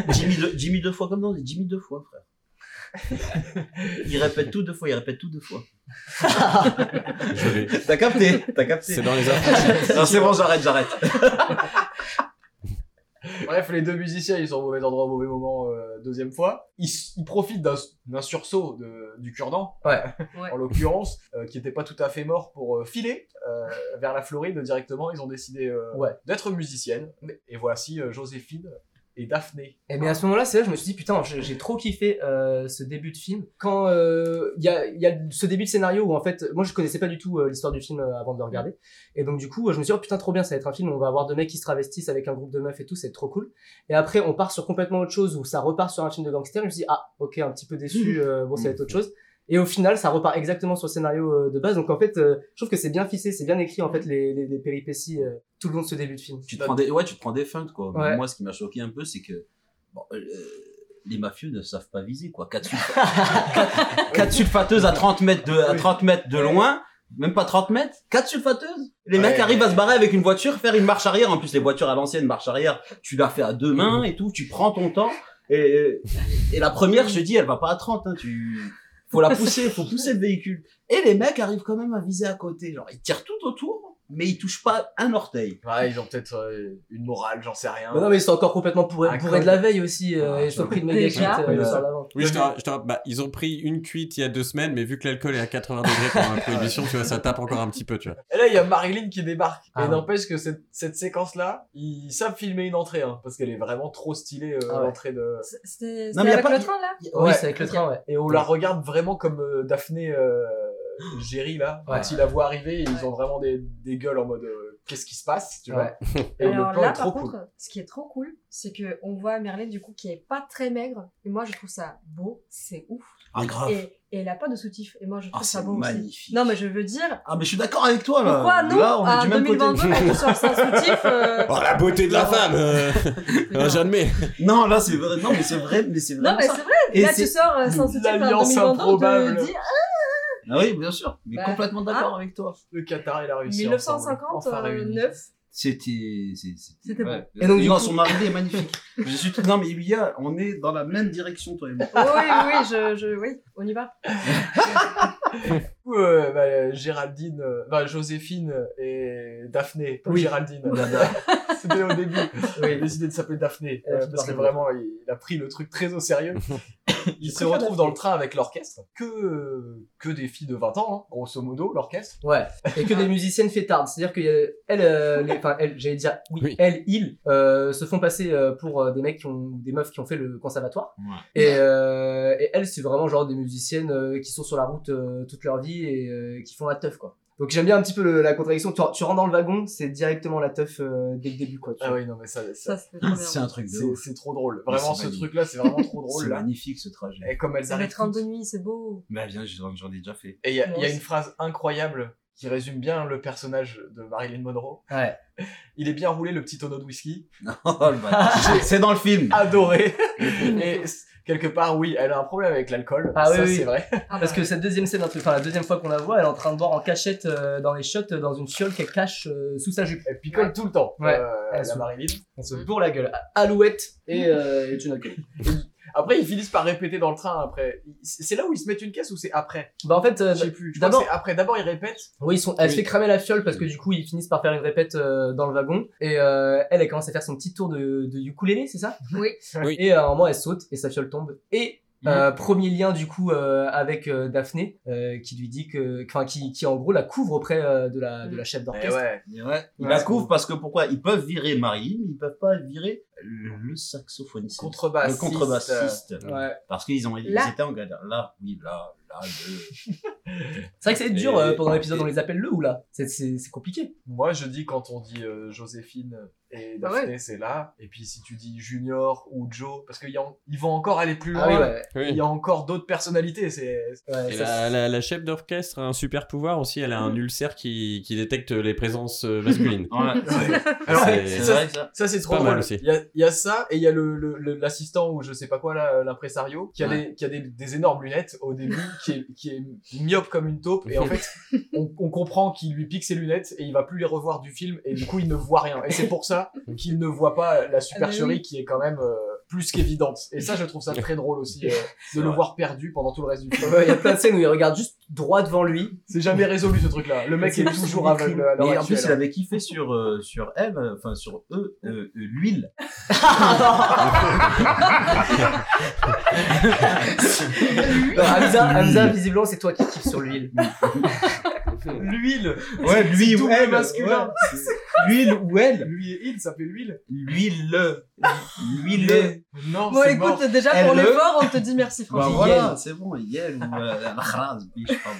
Speaker 16: Jimmy deux, Jimmy deux fois comme dans Jimmy deux fois, frère. Il répète tout deux fois, il répète tout deux fois. T'as capté, t'as capté.
Speaker 4: C'est dans les
Speaker 10: affiches.
Speaker 16: Non, c'est bon, j'arrête, j'arrête.
Speaker 10: Bref, les deux musiciens, ils sont au mauvais endroit au mauvais moment, euh, deuxième fois. Ils, s- ils profitent d'un d'un sursaut de- du cure-dent, en l'occurrence, euh, qui n'était pas tout à fait mort pour euh, filer euh, vers la Floride directement. Ils ont décidé euh, d'être musiciennes. Et voici euh, Joséphine et Daphné.
Speaker 12: Et Eh bien à ce moment-là, c'est là que je me suis dit putain, j'ai j'ai trop kiffé euh, ce début de film. Quand euh, il y, a, il y a ce début de scénario où en fait, moi je connaissais pas du tout euh, l'histoire du film euh, avant de le regarder, et donc du coup, euh, je me suis dit oh, putain trop bien, ça va être un film où on va avoir deux mecs qui se travestissent avec un groupe de meufs et tout, c'est trop cool. Et après, on part sur complètement autre chose où ça repart sur un film de gangster. Et je me suis dit ah ok, un petit peu déçu, euh, bon ça va être autre chose. Et au final, ça repart exactement sur le scénario euh, de base. Donc en fait, euh, je trouve que c'est bien ficelé, c'est bien écrit en fait les, les- les péripéties euh, tout le long de ce début de film.
Speaker 16: Tu te prends des, ouais, tu te prends des feintes, quoi.
Speaker 12: Ouais.
Speaker 16: Moi, ce qui m'a choqué un peu, c'est que bon, euh, les mafieux ne savent pas viser, quoi. 4 sulfateuses à 30 mètres de, à 30 mètres de loin, même pas 30 mètres, 4 sulfateuses. Les mecs
Speaker 12: Ouais.
Speaker 16: arrivent à se barrer avec une voiture, faire une marche arrière. En plus, les voitures à l'ancienne, marche arrière, tu la fais à deux mains et tout, tu prends ton temps. Et, et la première, je te dis, elle va pas à 30, hein, tu... Faut la pousser, faut pousser le véhicule. Et les mecs arrivent quand même à viser à côté. Genre, ils tirent tout autour, mais ils touchent pas un orteil.
Speaker 10: Ouais, ils ont peut-être euh, une morale, j'en sais rien.
Speaker 12: Bah non, mais ils sont encore complètement bourrés,
Speaker 10: Incroyable.
Speaker 12: bourrés de la veille aussi. euh, et je suis pris de méga
Speaker 10: Déjà
Speaker 12: cuite, euh,
Speaker 4: Oui,
Speaker 12: sur l'avant.
Speaker 4: je te ra- je te ra- bah, ils ont pris une cuite il y a deux semaines, mais vu que l'alcool est à 80 degrés pendant la prohibition, tu vois, ça tape encore un petit peu, tu vois.
Speaker 10: Et là, il y a Marilyn qui débarque.
Speaker 4: Ah
Speaker 10: et
Speaker 4: ouais.
Speaker 10: n'empêche que cette, cette séquence-là, ils savent filmer une entrée, hein, parce qu'elle est vraiment trop stylée, euh,
Speaker 12: Ah ouais.
Speaker 10: l'entrée de.
Speaker 9: C'était
Speaker 10: Non,
Speaker 9: c'était
Speaker 10: mais y a
Speaker 9: avec
Speaker 10: pas-
Speaker 9: le train, là
Speaker 12: Oui, c'est avec le train, ouais.
Speaker 10: Et on la regarde vraiment comme euh, Daphné euh, Géry, là.
Speaker 12: Ouais.
Speaker 10: Quand ils la voient arriver, ils ont vraiment des, des gueules en mode euh, qu'est-ce qui se passe, tu vois.
Speaker 4: Ouais.
Speaker 10: Et
Speaker 9: Alors
Speaker 10: le plan
Speaker 9: là,
Speaker 10: est trop
Speaker 9: par
Speaker 10: cool.
Speaker 9: contre, ce qui est trop cool, c'est que on voit Merlin du coup qui est pas très maigre. Et moi, je trouve ça beau, c'est ouf.
Speaker 16: Ah, grave.
Speaker 9: Et, et elle a pas de soutif. Et moi, je trouve
Speaker 16: Ah,
Speaker 9: ça
Speaker 16: c'est
Speaker 9: beau. aussi.
Speaker 16: magnifique.
Speaker 9: Non, mais je veux dire.
Speaker 16: Ah, mais je suis d'accord avec toi, là.
Speaker 9: Pourquoi non
Speaker 16: Là, on est
Speaker 9: Ah,
Speaker 16: du même côté.
Speaker 9: 2022, quand tu sors sans soutif. euh,
Speaker 4: Oh, la beauté de la femme euh,
Speaker 16: Ah,
Speaker 4: euh, J'admets
Speaker 16: Non, là, c'est vrai. Non, mais c'est vrai, mais c'est
Speaker 9: Non, mais c'est vrai. là, tu sors euh, sans soutif en 2022 de dire.
Speaker 16: Ah oui, bien sûr. Mais
Speaker 9: Bah,
Speaker 16: complètement d'accord
Speaker 9: ah.
Speaker 16: avec toi.
Speaker 10: Le Qatar et la Russie. hein,
Speaker 9: euh,
Speaker 10: ensemble, enfin réunis.
Speaker 9: 1959.
Speaker 16: C'était. c'est-
Speaker 9: C'était bon.
Speaker 16: ouais.
Speaker 12: Et donc, du
Speaker 16: non,
Speaker 12: coup-
Speaker 16: son arrivée est magnifique. Je suis tout- Non, mais Emilia, on est dans la même direction, toi et moi.
Speaker 9: Oui, oui, je, je, oui, on y va.
Speaker 10: Du coup, euh, bah, Géraldine, euh, bah, Joséphine et Daphné, pas
Speaker 12: Oui.
Speaker 10: Géraldine.
Speaker 12: Dada.
Speaker 10: C'était au début. Il a décidé de s'appeler Daphné
Speaker 12: Elle a
Speaker 10: euh,
Speaker 12: tout
Speaker 10: parce que
Speaker 12: parlé.
Speaker 10: vraiment, il, il a pris le truc très au sérieux. Il se
Speaker 12: préfère
Speaker 10: retrouve dans le train avec l'orchestre. Que que des filles de 20 ans, hein, grosso modo, l'orchestre.
Speaker 12: Ouais, et que des musiciennes fêtardes. C'est-à-dire que euh, elles, euh, les- enfin elles, j'allais dire oui, elles, ils euh, se font passer euh, pour euh, des mecs qui ont, des meufs qui ont fait le conservatoire. Et, euh, et elles, c'est vraiment genre des musiciennes euh, qui sont sur la route euh, toute leur vie et euh, qui font la teuf quoi. Donc j'aime bien un petit peu le- la contradiction. Tu, tu rentres dans le wagon, c'est directement la teuf euh, dès le début quoi. tu
Speaker 10: Ah
Speaker 12: vois.
Speaker 10: oui, non, mais ça,
Speaker 12: Ça,
Speaker 10: ça-
Speaker 12: c'était trop bien. C'est un truc de
Speaker 10: c'est-
Speaker 12: ouf.
Speaker 10: C'est trop drôle.
Speaker 12: Mais
Speaker 10: Vraiment,
Speaker 12: c'est
Speaker 10: ce
Speaker 12: magnifique.
Speaker 10: truc-là, c'est vraiment trop drôle.
Speaker 12: C'est
Speaker 10: là.
Speaker 16: magnifique ce trajet.
Speaker 10: Et comme elles
Speaker 9: Ça va
Speaker 10: arrivent.
Speaker 9: être en nuit, c'est beau.
Speaker 16: Bah, bien, j'en j'en ai déjà fait.
Speaker 10: Et il y, a-
Speaker 9: Moi
Speaker 10: il y a
Speaker 9: aussi.
Speaker 10: une phrase incroyable qui résume bien le personnage de Marilyn Monroe.
Speaker 12: Ouais.
Speaker 10: Il est bien roulé le petit tonneau de whisky.
Speaker 16: Oh, C'est dans le film.
Speaker 10: Adoré. Et s- quelque part, oui, elle a un problème avec l'alcool.
Speaker 12: Ah
Speaker 10: ça,
Speaker 12: oui, oui.
Speaker 10: c'est vrai.
Speaker 12: Parce que cette deuxième scène, enfin la deuxième fois qu'on la voit, elle est en train de boire en cachette euh, dans les shots, euh, dans une fiole qu'elle cache euh, sous sa jupe.
Speaker 10: Elle picole tout le temps.
Speaker 12: Ouais.
Speaker 10: euh,
Speaker 12: Elle
Speaker 10: la
Speaker 12: se-
Speaker 10: Marilyn.
Speaker 12: On se bourre la gueule. Alouette et, euh, et Juno Kelly.
Speaker 10: Après, ils finissent par répéter dans le train. Après, c'est c'est là où ils se mettent une caisse ou c'est après
Speaker 12: Bah en fait, euh,
Speaker 10: Je sais plus. Je crois
Speaker 12: d'abord,
Speaker 10: que c'est après, d'abord ils répètent.
Speaker 12: oui, ils sont, elle se
Speaker 10: Oui.
Speaker 12: fait cramer la fiole parce que du coup, ils finissent par faire une répète euh, dans le wagon et euh, elle, elle commence à faire son petit tour de, de ukulélé, c'est ça
Speaker 9: Oui.
Speaker 12: Et à un moment, elle saute et sa fiole tombe. Et euh, premier lien du coup euh, avec euh, Daphné euh, qui lui dit que, enfin qui, qui en gros la couvre auprès euh, de la de la
Speaker 10: Eh
Speaker 12: chef d'orchestre.
Speaker 16: Mais ouais, Ils la couvrent parce que pourquoi Ils peuvent virer Marilyn, mais ils peuvent pas virer le saxophoniste.
Speaker 10: Contrebassiste.
Speaker 16: Le contrebassiste.
Speaker 2: euh,
Speaker 10: Ouais.
Speaker 16: Parce qu'ils ont, ils
Speaker 12: Là.
Speaker 16: étaient en galère. Là, oui, là, là, le...
Speaker 12: C'est vrai que c'est dur euh, pendant l'épisode, on les appelle le ou là. C'est c'est- c'est compliqué.
Speaker 10: Moi, je dis quand on dit euh, Joséphine et
Speaker 4: Ah
Speaker 10: Daphné, c'est là. Et puis si tu dis Junior ou Joe, parce qu'ils vont encore aller plus loin.
Speaker 12: Ah oui, ouais.
Speaker 4: Oui.
Speaker 10: Il y a encore d'autres personnalités. C'est.
Speaker 4: Et la, la- la chef d'orchestre a un super pouvoir aussi, elle a un ulcère qui, qui détecte les présences euh, masculines.
Speaker 10: Alors,
Speaker 4: C'est-
Speaker 10: ça, ça, c'est trop
Speaker 4: pas mal
Speaker 10: drôle.
Speaker 4: aussi.
Speaker 10: Il y a, il y a ça et il y a le- le- le- l'assistant ou je sais pas quoi là, l'impresario qui a,
Speaker 4: Ouais.
Speaker 10: des, qui a des, des énormes lunettes au début qui est, qui est myope myope comme une taupe et en fait on, on comprend qu'il lui pique ses lunettes et il va plus les revoir du film et du coup il ne voit rien et c'est pour ça qu'il ne voit pas la supercherie
Speaker 12: oui.
Speaker 10: qui est quand même euh, plus qu'évidente et ça je trouve ça très drôle aussi euh, de
Speaker 12: C'est
Speaker 10: le
Speaker 12: vrai.
Speaker 10: voir perdu pendant tout le reste du film
Speaker 12: Ouais, Il y a plein de scènes où il regarde juste droit devant lui.
Speaker 10: C'est jamais résolu ce truc-là. Le mec est toujours aveugle à l'heure
Speaker 2: Mais en plus, il
Speaker 10: actuelle. hein.
Speaker 2: avait kiffé sur, euh, sur elle, euh, enfin sur eux, euh, euh, l'huile.
Speaker 12: Non,
Speaker 10: Ah,
Speaker 12: Hamza, Hamza, visiblement, c'est toi qui kiffes sur l'huile.
Speaker 10: L'huile
Speaker 2: Ouais, lui ou elle.
Speaker 10: masculin.
Speaker 2: L'huile ou elle.
Speaker 10: Lui et il, ça fait l'huile.
Speaker 2: L'huile. L'huile.
Speaker 10: Non,
Speaker 9: Bon, écoute, déjà pour
Speaker 2: Elle-
Speaker 9: l'effort, on te dit merci,
Speaker 2: Bah
Speaker 9: Francis.
Speaker 2: voilà, c'est bon, Yel ou euh, la Khraz, biche, pas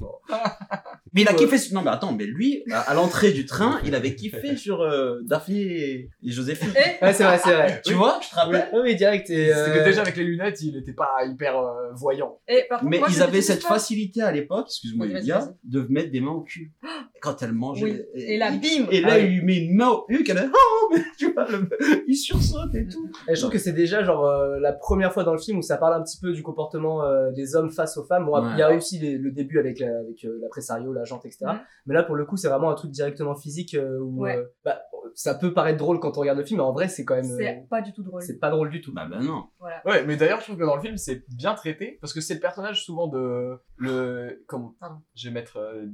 Speaker 2: moi.
Speaker 4: Mais il a kiffé sur... Non, mais attends, mais lui, à, à l'entrée du train, il avait kiffé sur euh, Daphné et, et Joséphine.
Speaker 12: Ouais, c'est vrai, c'est vrai.
Speaker 4: Tu vois, je te rappelle.
Speaker 12: Oui, oui, direct. Et,
Speaker 10: Parce que
Speaker 12: euh,
Speaker 10: déjà avec les lunettes, il n'était pas hyper euh, voyant.
Speaker 9: Et par contre,
Speaker 4: Mais
Speaker 9: moi,
Speaker 4: ils
Speaker 9: je
Speaker 4: avaient
Speaker 9: déteste
Speaker 4: cette
Speaker 9: pas.
Speaker 4: facilité à l'époque, excuse-moi
Speaker 9: Vas-y,
Speaker 4: les
Speaker 9: vas-y,
Speaker 4: gars, de mettre des mains au cul.
Speaker 2: Ah.
Speaker 4: Quand elle mangeait.
Speaker 9: Oui. Et là, bim
Speaker 4: Et là,
Speaker 12: Ah oui.
Speaker 4: il lui met une main au cul, qu'elle a... Oh, mais tu vois, le... il sursaute et tout.
Speaker 12: Et je trouve que c'est déjà genre euh, la première fois dans le film où ça parle un petit peu du comportement euh, des hommes face aux femmes. Bon, il
Speaker 4: Ouais.
Speaker 12: y a aussi les- le début avec la, avec euh, la pressario, la jante, etc.
Speaker 4: Mhm.
Speaker 12: Mais là, pour le coup, c'est vraiment un truc directement physique euh, où
Speaker 9: Mm. Ouais.
Speaker 12: euh, bah, ça peut paraître drôle quand on regarde le film, mais en vrai, c'est quand même. euh,
Speaker 9: C'est pas du tout drôle.
Speaker 12: c'est pas drôle du
Speaker 10: Ah,
Speaker 12: tout.
Speaker 4: Bah, bah non.
Speaker 9: Voilà.
Speaker 10: Ouais, mais d'ailleurs, je trouve que dans le film, c'est bien traité parce que c'est le personnage souvent de le comment Pardon, je vais mettre euh,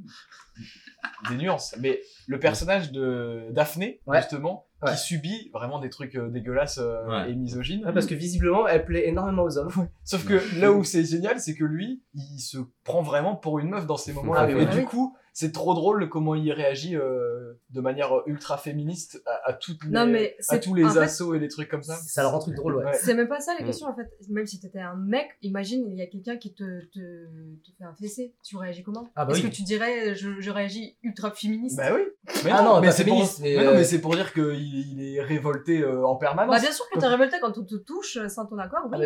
Speaker 10: des nuances, mais le personnage de Daphné justement qui subit vraiment des trucs euh, dégueulasses euh,
Speaker 12: Ouais.
Speaker 10: et misogynes.
Speaker 12: Ouais, parce que visiblement, elle plaît énormément aux hommes.
Speaker 10: Sauf que là où c'est génial, c'est que lui, il se prend vraiment pour une meuf dans ces moments-là.
Speaker 12: Ah, mais oui.
Speaker 10: et du coup, c'est trop drôle comment il réagit euh, de manière ultra féministe à, à toutes les,
Speaker 9: Non, mais
Speaker 10: euh, à
Speaker 9: c'est-
Speaker 10: tous les
Speaker 9: en fait,
Speaker 10: assauts et les trucs comme ça.
Speaker 12: Ça le rend truc drôle, ouais.
Speaker 9: C'est même pas ça la
Speaker 10: Mm.
Speaker 9: question en fait. Même si t'étais un mec, imagine il y a quelqu'un qui te, te, te fait un fessé. Tu réagis comment
Speaker 10: Ah bah
Speaker 9: Est-ce
Speaker 10: oui.
Speaker 9: que tu dirais je, je réagis ultra féministe
Speaker 10: Bah oui. Mais
Speaker 12: Ah
Speaker 10: non,
Speaker 12: non,
Speaker 10: mais
Speaker 12: pas
Speaker 10: c'est pour...
Speaker 12: féministe, mais
Speaker 10: mais non, mais
Speaker 12: euh,
Speaker 10: c'est pour dire qu'il il est révolté euh, en permanence.
Speaker 9: Bah bien sûr que t'es révolté quand on te touche euh, sans ton accord. Oui, on-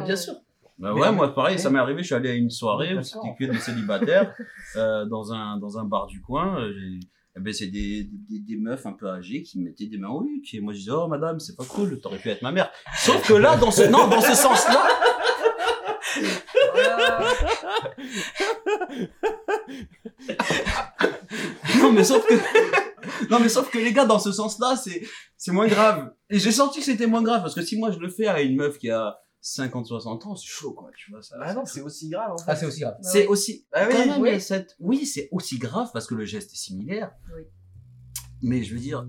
Speaker 2: Bah
Speaker 9: Mais
Speaker 2: ouais,
Speaker 9: non,
Speaker 2: moi pareil, ça m'est arrivé, je suis allé à une soirée où
Speaker 9: D'accord.
Speaker 2: c'était que des célibataires euh, dans, un, dans un bar du coin. euh, j'ai- eh ben, c'est des, des, des meufs un peu âgées qui me mettaient des mains au huc. Et moi je disais, oh madame, c'est pas cool, t'aurais pu être ma mère. Sauf que là, dans ce, non, dans ce sens-là,
Speaker 4: Non mais sauf que non mais sauf que les gars dans ce sens-là c'est c'est moins grave et j'ai senti que c'était moins grave parce que si moi je le fais à une meuf qui a 50 60 ans c'est chaud quoi tu vois ça
Speaker 10: Ah non, c'est aussi grave. En fait.
Speaker 12: Ah, c'est
Speaker 9: Bah
Speaker 12: aussi grave.
Speaker 4: c'est aussi
Speaker 10: Ah oui,
Speaker 4: quand même,
Speaker 10: oui.
Speaker 4: il y a cette- oui c'est aussi grave parce que le geste est similaire
Speaker 9: Oui.
Speaker 4: mais je veux dire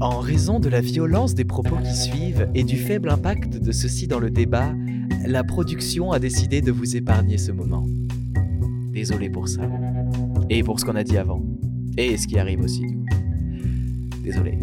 Speaker 17: En raison de la violence des propos qui suivent et du faible impact de ceux-ci dans le débat, la production a décidé de vous épargner ce moment. Désolé pour ça. Et pour ce qu'on a dit avant. Et ce qui arrive aussi. Désolé.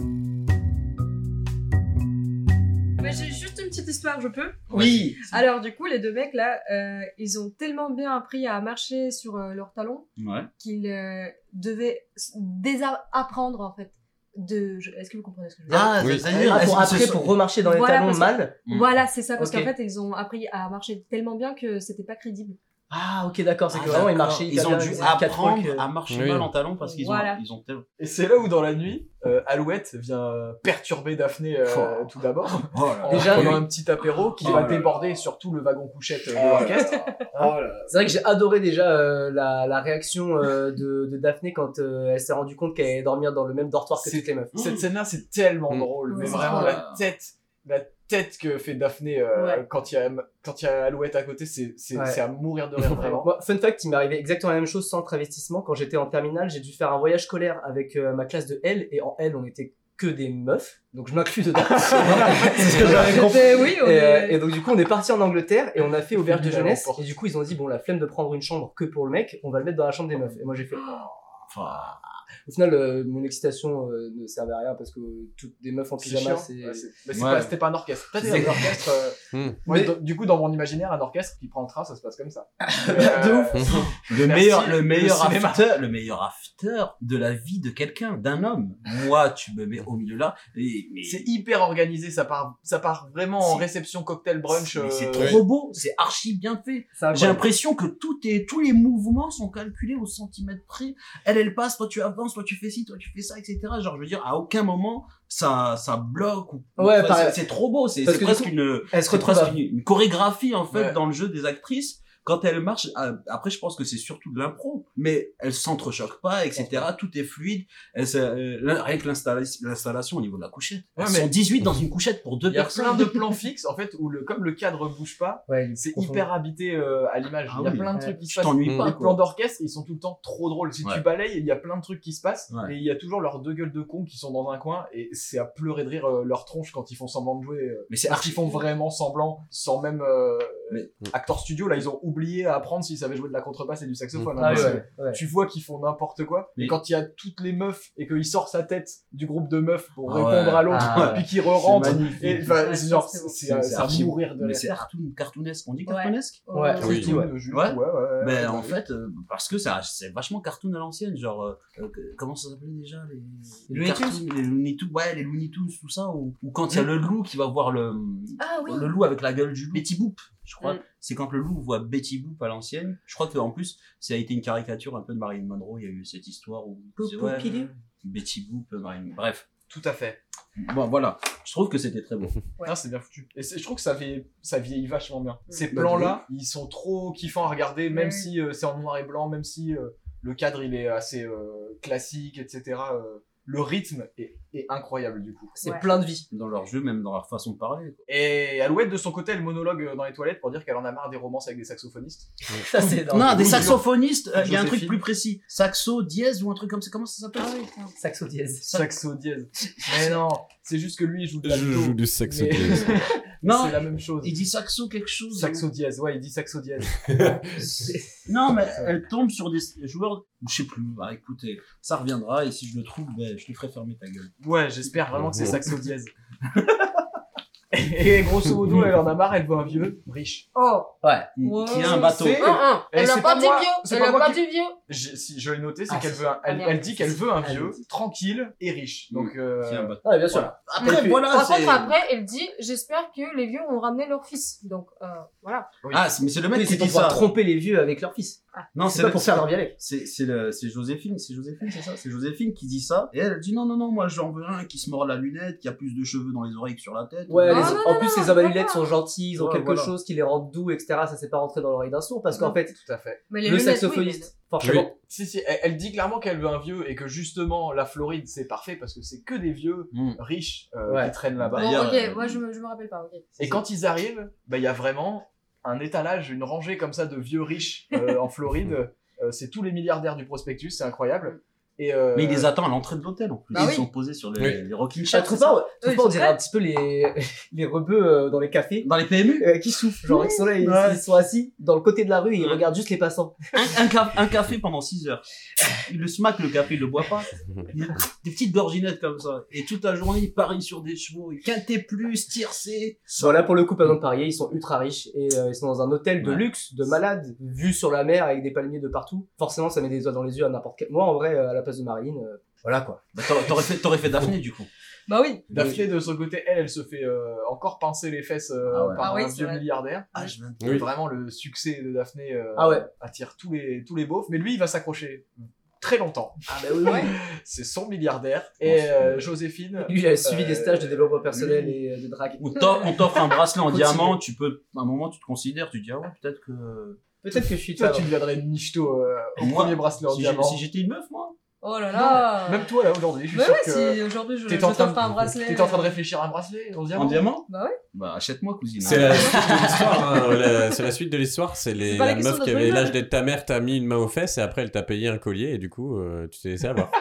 Speaker 9: Mais j'ai juste une petite histoire, je peux
Speaker 17: Oui.
Speaker 9: Alors du coup, les deux mecs là, euh, ils ont tellement bien appris à marcher sur euh, leurs talons
Speaker 2: Ouais.
Speaker 9: qu'ils euh, devaient s- désapprendre en fait. De... je- Est-ce que vous comprenez ce que je veux dire
Speaker 12: Ah, Oui. c'est-à-dire, Ah, pour est-ce qu'ils après, se sont- pour remarcher dans les talons
Speaker 9: parce que-
Speaker 12: mal Mm.
Speaker 9: Voilà, c'est ça, parce
Speaker 12: Ok.
Speaker 9: qu'en fait, ils ont appris à marcher tellement bien que c'était pas crédible.
Speaker 12: Ah, ok, d'accord, c'est que vraiment, il marchait.
Speaker 2: Ils ont dû apprendre à marcher mal en talons parce qu'ils
Speaker 9: Voilà.
Speaker 2: ont, ils ont tel-
Speaker 10: Et c'est là où, dans la nuit, euh, Alouette vient perturber Daphné euh,
Speaker 2: Oh.
Speaker 10: tout d'abord.
Speaker 2: Oh là là.
Speaker 10: Déjà,
Speaker 2: Oui.
Speaker 10: dans un petit apéro qui
Speaker 12: Oh
Speaker 10: va
Speaker 12: là là.
Speaker 10: déborder sur tout le wagon couchette euh, de
Speaker 12: Oh là
Speaker 10: l'orchestre. Hein
Speaker 12: C'est vrai que j'ai adoré déjà euh, la, la réaction euh, de, de Daphné quand euh, elle s'est rendue compte qu'elle allait dormir dans le même dortoir que toutes les meufs.
Speaker 10: Cette scène-là, c'est tellement drôle, mais
Speaker 12: Ouais.
Speaker 10: vraiment
Speaker 12: Ouais.
Speaker 10: la tête, la tête que fait Daphné euh,
Speaker 12: Ouais.
Speaker 10: quand il y a quand il y a Alouette à côté, c'est c'est
Speaker 12: Ouais.
Speaker 10: c'est à mourir de rire vraiment.
Speaker 12: Moi, fun fact, il m'est arrivé exactement la même chose sans travestissement. Quand j'étais en terminale, j'ai dû faire un voyage scolaire avec euh, ma classe de L et en L, on était que des meufs, donc je m'inclus dedans.
Speaker 10: Ah
Speaker 12: C'est ce que j'avais compris.
Speaker 9: J'étais- oui, on
Speaker 12: et, euh,
Speaker 9: est-
Speaker 12: et donc du coup, on est parti en Angleterre et on a fait auberge de
Speaker 4: Fini à
Speaker 12: jeunesse.
Speaker 4: l'aéroport.
Speaker 12: Et du coup, ils ont dit bon, la flemme de prendre une chambre que pour le mec, on va le mettre dans la chambre des meufs. Et moi, j'ai fait. oh. Au final, euh, mon excitation euh, ne servait à rien parce que toutes des meufs en
Speaker 10: C'est
Speaker 12: pyjama,
Speaker 10: chiant.
Speaker 12: c'est.
Speaker 10: Ouais, c'est- mais c'est pas- c'était pas un orchestre. T'as dit
Speaker 12: C'est-
Speaker 10: un orchestre. euh,
Speaker 12: Hmm.
Speaker 10: moi,
Speaker 12: Mais-
Speaker 10: dans- Du coup, dans mon imaginaire, un orchestre qui prend le train, ça se passe comme ça.
Speaker 2: De ouf. Le
Speaker 10: merci,
Speaker 2: meilleur, Euh, le meilleur
Speaker 10: cinéma.
Speaker 2: after, le meilleur after acteur de la vie de quelqu'un, d'un homme. Moi, tu me mets au milieu là. Et, mais-
Speaker 10: C'est hyper organisé, ça part, ça part vraiment en réception cocktail brunch.
Speaker 2: mais c'est
Speaker 10: euh,
Speaker 2: trop beau, c'est archi bien fait. J'ai l'impression que tout est, tous les mouvements sont calculés au centimètre près. Elle, elle passe, toi tu avances, toi tu fais ci, toi tu fais ça, etc. Genre, je veux dire, à aucun moment ça, ça bloque. Ou,
Speaker 12: Ouais,
Speaker 2: enfin,
Speaker 12: pareil.
Speaker 2: c'est- c'est trop beau, c'est
Speaker 12: Parce
Speaker 2: c'est
Speaker 12: que du
Speaker 2: presque
Speaker 12: coup,
Speaker 2: une,
Speaker 12: elle se
Speaker 2: c'est
Speaker 12: retrouve
Speaker 2: presque
Speaker 12: à-
Speaker 2: une, une chorégraphie en fait
Speaker 12: Ouais.
Speaker 2: dans le jeu des actrices. Quand elle marche, après je pense que c'est surtout de l'impro, mais elle s'entrechoque pas, etc. Tout est fluide. Elle, se- euh, là, rien que l'installa- l'installation au niveau de la couchette.
Speaker 10: Ouais,
Speaker 2: Elles
Speaker 10: mais-
Speaker 2: sont 18 dans une couchette pour deux
Speaker 10: Il y a
Speaker 2: personnes.
Speaker 10: plein de plans fixes en fait où le comme le cadre bouge pas, c'est hyper habité euh, à l'image.
Speaker 2: Ah
Speaker 10: il y a
Speaker 2: oui.
Speaker 10: plein de
Speaker 2: Ouais.
Speaker 10: trucs qui se
Speaker 2: Tu
Speaker 10: passent.
Speaker 2: t'ennuies
Speaker 10: Les
Speaker 2: pas, quoi.
Speaker 10: plans d'orchestre, ils sont tout le temps trop drôles. Si
Speaker 2: Ouais.
Speaker 10: tu balayes, il y a plein de trucs qui se passent
Speaker 2: Ouais.
Speaker 10: et il y a toujours leurs deux gueules de cons qui sont dans un coin et c'est à pleurer de rire euh, leur tronche quand ils font semblant de jouer. euh,
Speaker 2: Mais c'est
Speaker 10: parce qu'ils
Speaker 2: archi-
Speaker 10: font vraiment semblant sans même euh, Actor Studio là, ils ont oublié à apprendre s'ils savaient jouer de la contrebasse et du saxophone.
Speaker 12: Mm.
Speaker 10: hein,
Speaker 12: Ah
Speaker 10: parce
Speaker 12: ouais,
Speaker 10: que
Speaker 12: ouais.
Speaker 10: Tu vois qu'ils font n'importe quoi.
Speaker 2: Mais-
Speaker 10: Et quand il y a toutes les meufs et qu'il sort sa tête du groupe de meufs pour
Speaker 2: Ah
Speaker 10: répondre
Speaker 2: ouais.
Speaker 10: à l'autre
Speaker 2: Ah ouais.
Speaker 10: puis qu'il
Speaker 2: C'est
Speaker 10: re-rentre.
Speaker 2: magnifique.
Speaker 10: hein. Et, enfin,
Speaker 2: Ouais,
Speaker 10: c'est genre,
Speaker 2: c'est beau.
Speaker 10: c'est à-
Speaker 2: C'est
Speaker 10: c'est à
Speaker 2: archi-
Speaker 10: mourir de
Speaker 2: mais
Speaker 10: la
Speaker 2: c'est cartoon- cartoonesque, on dit cartoonesque
Speaker 10: Ouais. Ouais. Oui.
Speaker 2: Cartoon,
Speaker 10: Ouais. euh, Ouais, ouais, ouais. bah
Speaker 2: Ben, en
Speaker 10: Ouais.
Speaker 2: fait, euh, parce que ça- c'est vachement cartoon à l'ancienne, genre, euh, euh, que- comment ça s'appelait déjà les,
Speaker 12: Les Looney Tunes
Speaker 2: cartoons, les Looney Tunes, ouais, les Looney Tunes, tout ça, ou, ou quand il y a
Speaker 12: Mm.
Speaker 2: le loup qui va voir le,
Speaker 12: Ah oui.
Speaker 2: le loup avec la gueule du loup, Betty Boop, je crois,
Speaker 12: Mm.
Speaker 2: c'est quand le loup voit Betty Boop à l'ancienne, je crois qu'en plus, ça a été une caricature un peu de Marilyn Monroe, il y a eu cette histoire où,
Speaker 12: Boop,
Speaker 2: c'est-
Speaker 12: boop, kidou.
Speaker 2: Betty Boop, Marilyn, bref.
Speaker 10: Tout à fait.
Speaker 2: Bon, voilà, je trouve que c'était très beau.
Speaker 10: Ah, c'est bien foutu. Et c'est- je trouve que ça, fait, ça vieillit vachement bien. Ces
Speaker 2: Bah,
Speaker 10: plans-là, ils sont trop kiffants à regarder, même
Speaker 2: Oui.
Speaker 10: si euh, c'est en noir et blanc, même si euh, le cadre il est assez euh, classique, etc. euh, le rythme est, est incroyable du coup.
Speaker 2: vie. Dans leur jeu, même dans leur façon de parler. quoi.
Speaker 10: Et Alouette, de son côté, elle monologue euh, dans les toilettes pour dire qu'elle en a marre des romances avec des saxophonistes.
Speaker 2: Ça, c'est énorme. Non, des saxophonistes, euh, il y a un truc
Speaker 10: plus
Speaker 2: précis. Saxo dièse ou un truc comme ça, comment ça s'appelle
Speaker 10: Ah
Speaker 12: Saxo dièse.
Speaker 10: Saxo dièse. Mais non, c'est juste que lui, il joue de
Speaker 4: Je joue du saxo dièse.
Speaker 10: non,
Speaker 2: Non,
Speaker 10: c'est la même chose. Il
Speaker 2: dit saxo quelque chose.
Speaker 10: Saxo dièse, ouais, il dit saxo dièse.
Speaker 2: Non, mais elle tombe sur des joueurs. Je sais plus. Bah écoutez, ça reviendra et si je le trouve, ben, je te ferai fermer ta gueule.
Speaker 10: Ouais, j'espère vraiment que c'est saxo dièse. Et grosso modo, elle en a marre, elle veut un vieux riche.
Speaker 9: Oh
Speaker 2: Ouais.
Speaker 9: Ouais.
Speaker 2: Qui a un bateau.
Speaker 10: C'est-
Speaker 9: Ah, ah,
Speaker 10: Et
Speaker 9: Elle
Speaker 10: c'est
Speaker 9: n'a pas dit
Speaker 10: moi-
Speaker 9: vieux
Speaker 10: c'est
Speaker 9: Elle
Speaker 10: pas
Speaker 9: n'a
Speaker 10: moi
Speaker 9: pas
Speaker 10: qui-
Speaker 9: dit vieux
Speaker 10: J'ai- Si je l'ai noté, c'est
Speaker 12: Ah,
Speaker 10: qu'elle
Speaker 12: si.
Speaker 10: veut un-
Speaker 12: Ah,
Speaker 10: elle,
Speaker 12: merde.
Speaker 10: elle dit qu'elle veut un
Speaker 12: Ah,
Speaker 10: vieux, tranquille et riche. Donc, euh,
Speaker 2: Qui a un bateau.
Speaker 12: Mm. Ah, bien sûr.
Speaker 10: voilà.
Speaker 12: Et puis-
Speaker 9: Par contre, après, elle dit J'espère que les vieux ont ramené leur fils. Donc, euh, voilà.
Speaker 2: Ah, c'est- mais c'est le mec
Speaker 12: Oui,
Speaker 2: qui
Speaker 12: c'est
Speaker 2: dit
Speaker 12: pour pouvoir
Speaker 2: ça.
Speaker 12: tromper les vieux avec leur fils.
Speaker 10: Ah.
Speaker 2: Non,
Speaker 12: c'est pas
Speaker 2: le-
Speaker 12: pour faire leur dialecte.
Speaker 2: C'est c'est le- c'est Joséphine, c'est Joséphine, c'est ça, c'est Joséphine qui dit ça. Et elle elle dit non non non, moi j'en veux un qui se mord la lunette, qui a plus de cheveux dans les oreilles que sur la tête.
Speaker 12: Ouais,
Speaker 2: Non,
Speaker 12: les-
Speaker 2: non,
Speaker 12: en
Speaker 2: non,
Speaker 12: plus,
Speaker 2: non,
Speaker 12: les hommes à lunettes sont gentils, ils ont
Speaker 2: Ouais,
Speaker 12: quelque
Speaker 2: voilà.
Speaker 12: chose qui les rend doux, etc. Ça, c'est pas rentré dans l'oreille d'un sourd parce
Speaker 10: Mm.
Speaker 12: qu'en fait,
Speaker 10: tout à fait.
Speaker 12: le saxophoniste, forcément.
Speaker 10: Si, si, elle, elle dit clairement qu'elle veut un vieux et que justement la Floride c'est parfait parce que c'est que des vieux
Speaker 2: Hmm.
Speaker 10: riches euh,
Speaker 12: Ouais.
Speaker 10: qui traînent là-bas.
Speaker 9: Bon, ok, moi je me, je me rappelle pas. ok.
Speaker 10: Et quand ils arrivent, bah, il y a vraiment un étalage, une rangée comme ça de vieux riches euh, en Floride. Euh, c'est tous les milliardaires du prospectus, c'est incroyable. Et, euh,
Speaker 2: Mais il les attend à l'entrée de l'hôtel en plus.
Speaker 10: Bah
Speaker 2: Ils
Speaker 10: oui.
Speaker 2: sont posés sur les,
Speaker 10: Oui.
Speaker 2: les rocking
Speaker 12: Ah,
Speaker 2: chairs.
Speaker 12: trouve
Speaker 2: c'est ça
Speaker 12: pas, trouve pas, on dirait un petit peu les, les rebeux euh, dans les cafés. euh,
Speaker 2: Dans les PMU
Speaker 12: Qui souffrent. Genre, ils sont là, ils,
Speaker 2: Ouais.
Speaker 12: ils sont assis dans le côté de la rue et ils regardent juste les passants.
Speaker 2: un, ca- un café pendant 6 heures. Il le smack le café, il le boit pas. Il a Des petites gorginettes comme ça. Et toute la journée, il parie sur des chevaux. Il quinté plus, tiercé.
Speaker 12: Bon, là, pour le coup, pendant de parier, ils sont ultra riches et euh, ils sont dans un hôtel de luxe, de malade, vue sur la mer avec des palmiers de partout. Forcément, ça met des doigts dans les yeux à n'importe quel. Moi, en vrai, euh, à la place de Marine, euh, voilà quoi.
Speaker 2: Bah, t'aurais- T'aurais fait, t'aurais fait Daphné du coup.
Speaker 9: Bah oui.
Speaker 10: Daphné de son côté, elle, elle se fait euh, encore pincer les fesses euh,
Speaker 2: Ah ouais.
Speaker 10: par
Speaker 2: Ah oui,
Speaker 10: un
Speaker 2: c'est
Speaker 10: vieux
Speaker 2: vrai.
Speaker 10: milliardaire.
Speaker 2: Ah, Oui.
Speaker 10: Euh, Vraiment le succès de Daphné euh,
Speaker 12: Ah ouais.
Speaker 10: attire tous les tous les beaufs, mais lui il va s'accrocher très longtemps.
Speaker 12: Ah bah oui, oui.
Speaker 10: C'est son milliardaire et euh, Joséphine.
Speaker 12: Lui, il a suivi
Speaker 10: euh,
Speaker 12: des stages de développement personnel et euh, de drague.
Speaker 2: On t'offre- on t'offre un bracelet en diamant. Tu peux, à un moment, tu te considères. Tu te dis, ah ouais, peut-être que.
Speaker 12: Peut-être que je suis
Speaker 10: Toi, tu deviendrais une michto euh, au premier bracelet en
Speaker 2: si j'ai-
Speaker 10: diamant.
Speaker 2: si j'étais une meuf, moi.
Speaker 9: Oh là là
Speaker 10: Même toi, là, aujourd'hui, je suis
Speaker 9: Mais
Speaker 10: sûr
Speaker 9: ouais,
Speaker 10: que.
Speaker 9: si aujourd'hui je, je
Speaker 10: t'étais en
Speaker 9: t'offre
Speaker 10: train
Speaker 9: un
Speaker 10: de-
Speaker 9: bracelet.
Speaker 10: T'étais en train de réfléchir à un bracelet en diamant
Speaker 2: diamant
Speaker 9: Bah ouais.
Speaker 2: Bah achète-moi, cousine.
Speaker 4: C'est la suite de l'histoire. hein, la- C'est la suite de l'histoire. C'est les-
Speaker 9: C'est pas la
Speaker 4: la
Speaker 9: question
Speaker 4: meuf
Speaker 9: de
Speaker 4: qui avait
Speaker 9: Bruno.
Speaker 4: l'âge d'être ta mère t'a mis une main aux fesses et après elle t'a payé un collier et du coup euh, tu t'es laissé avoir.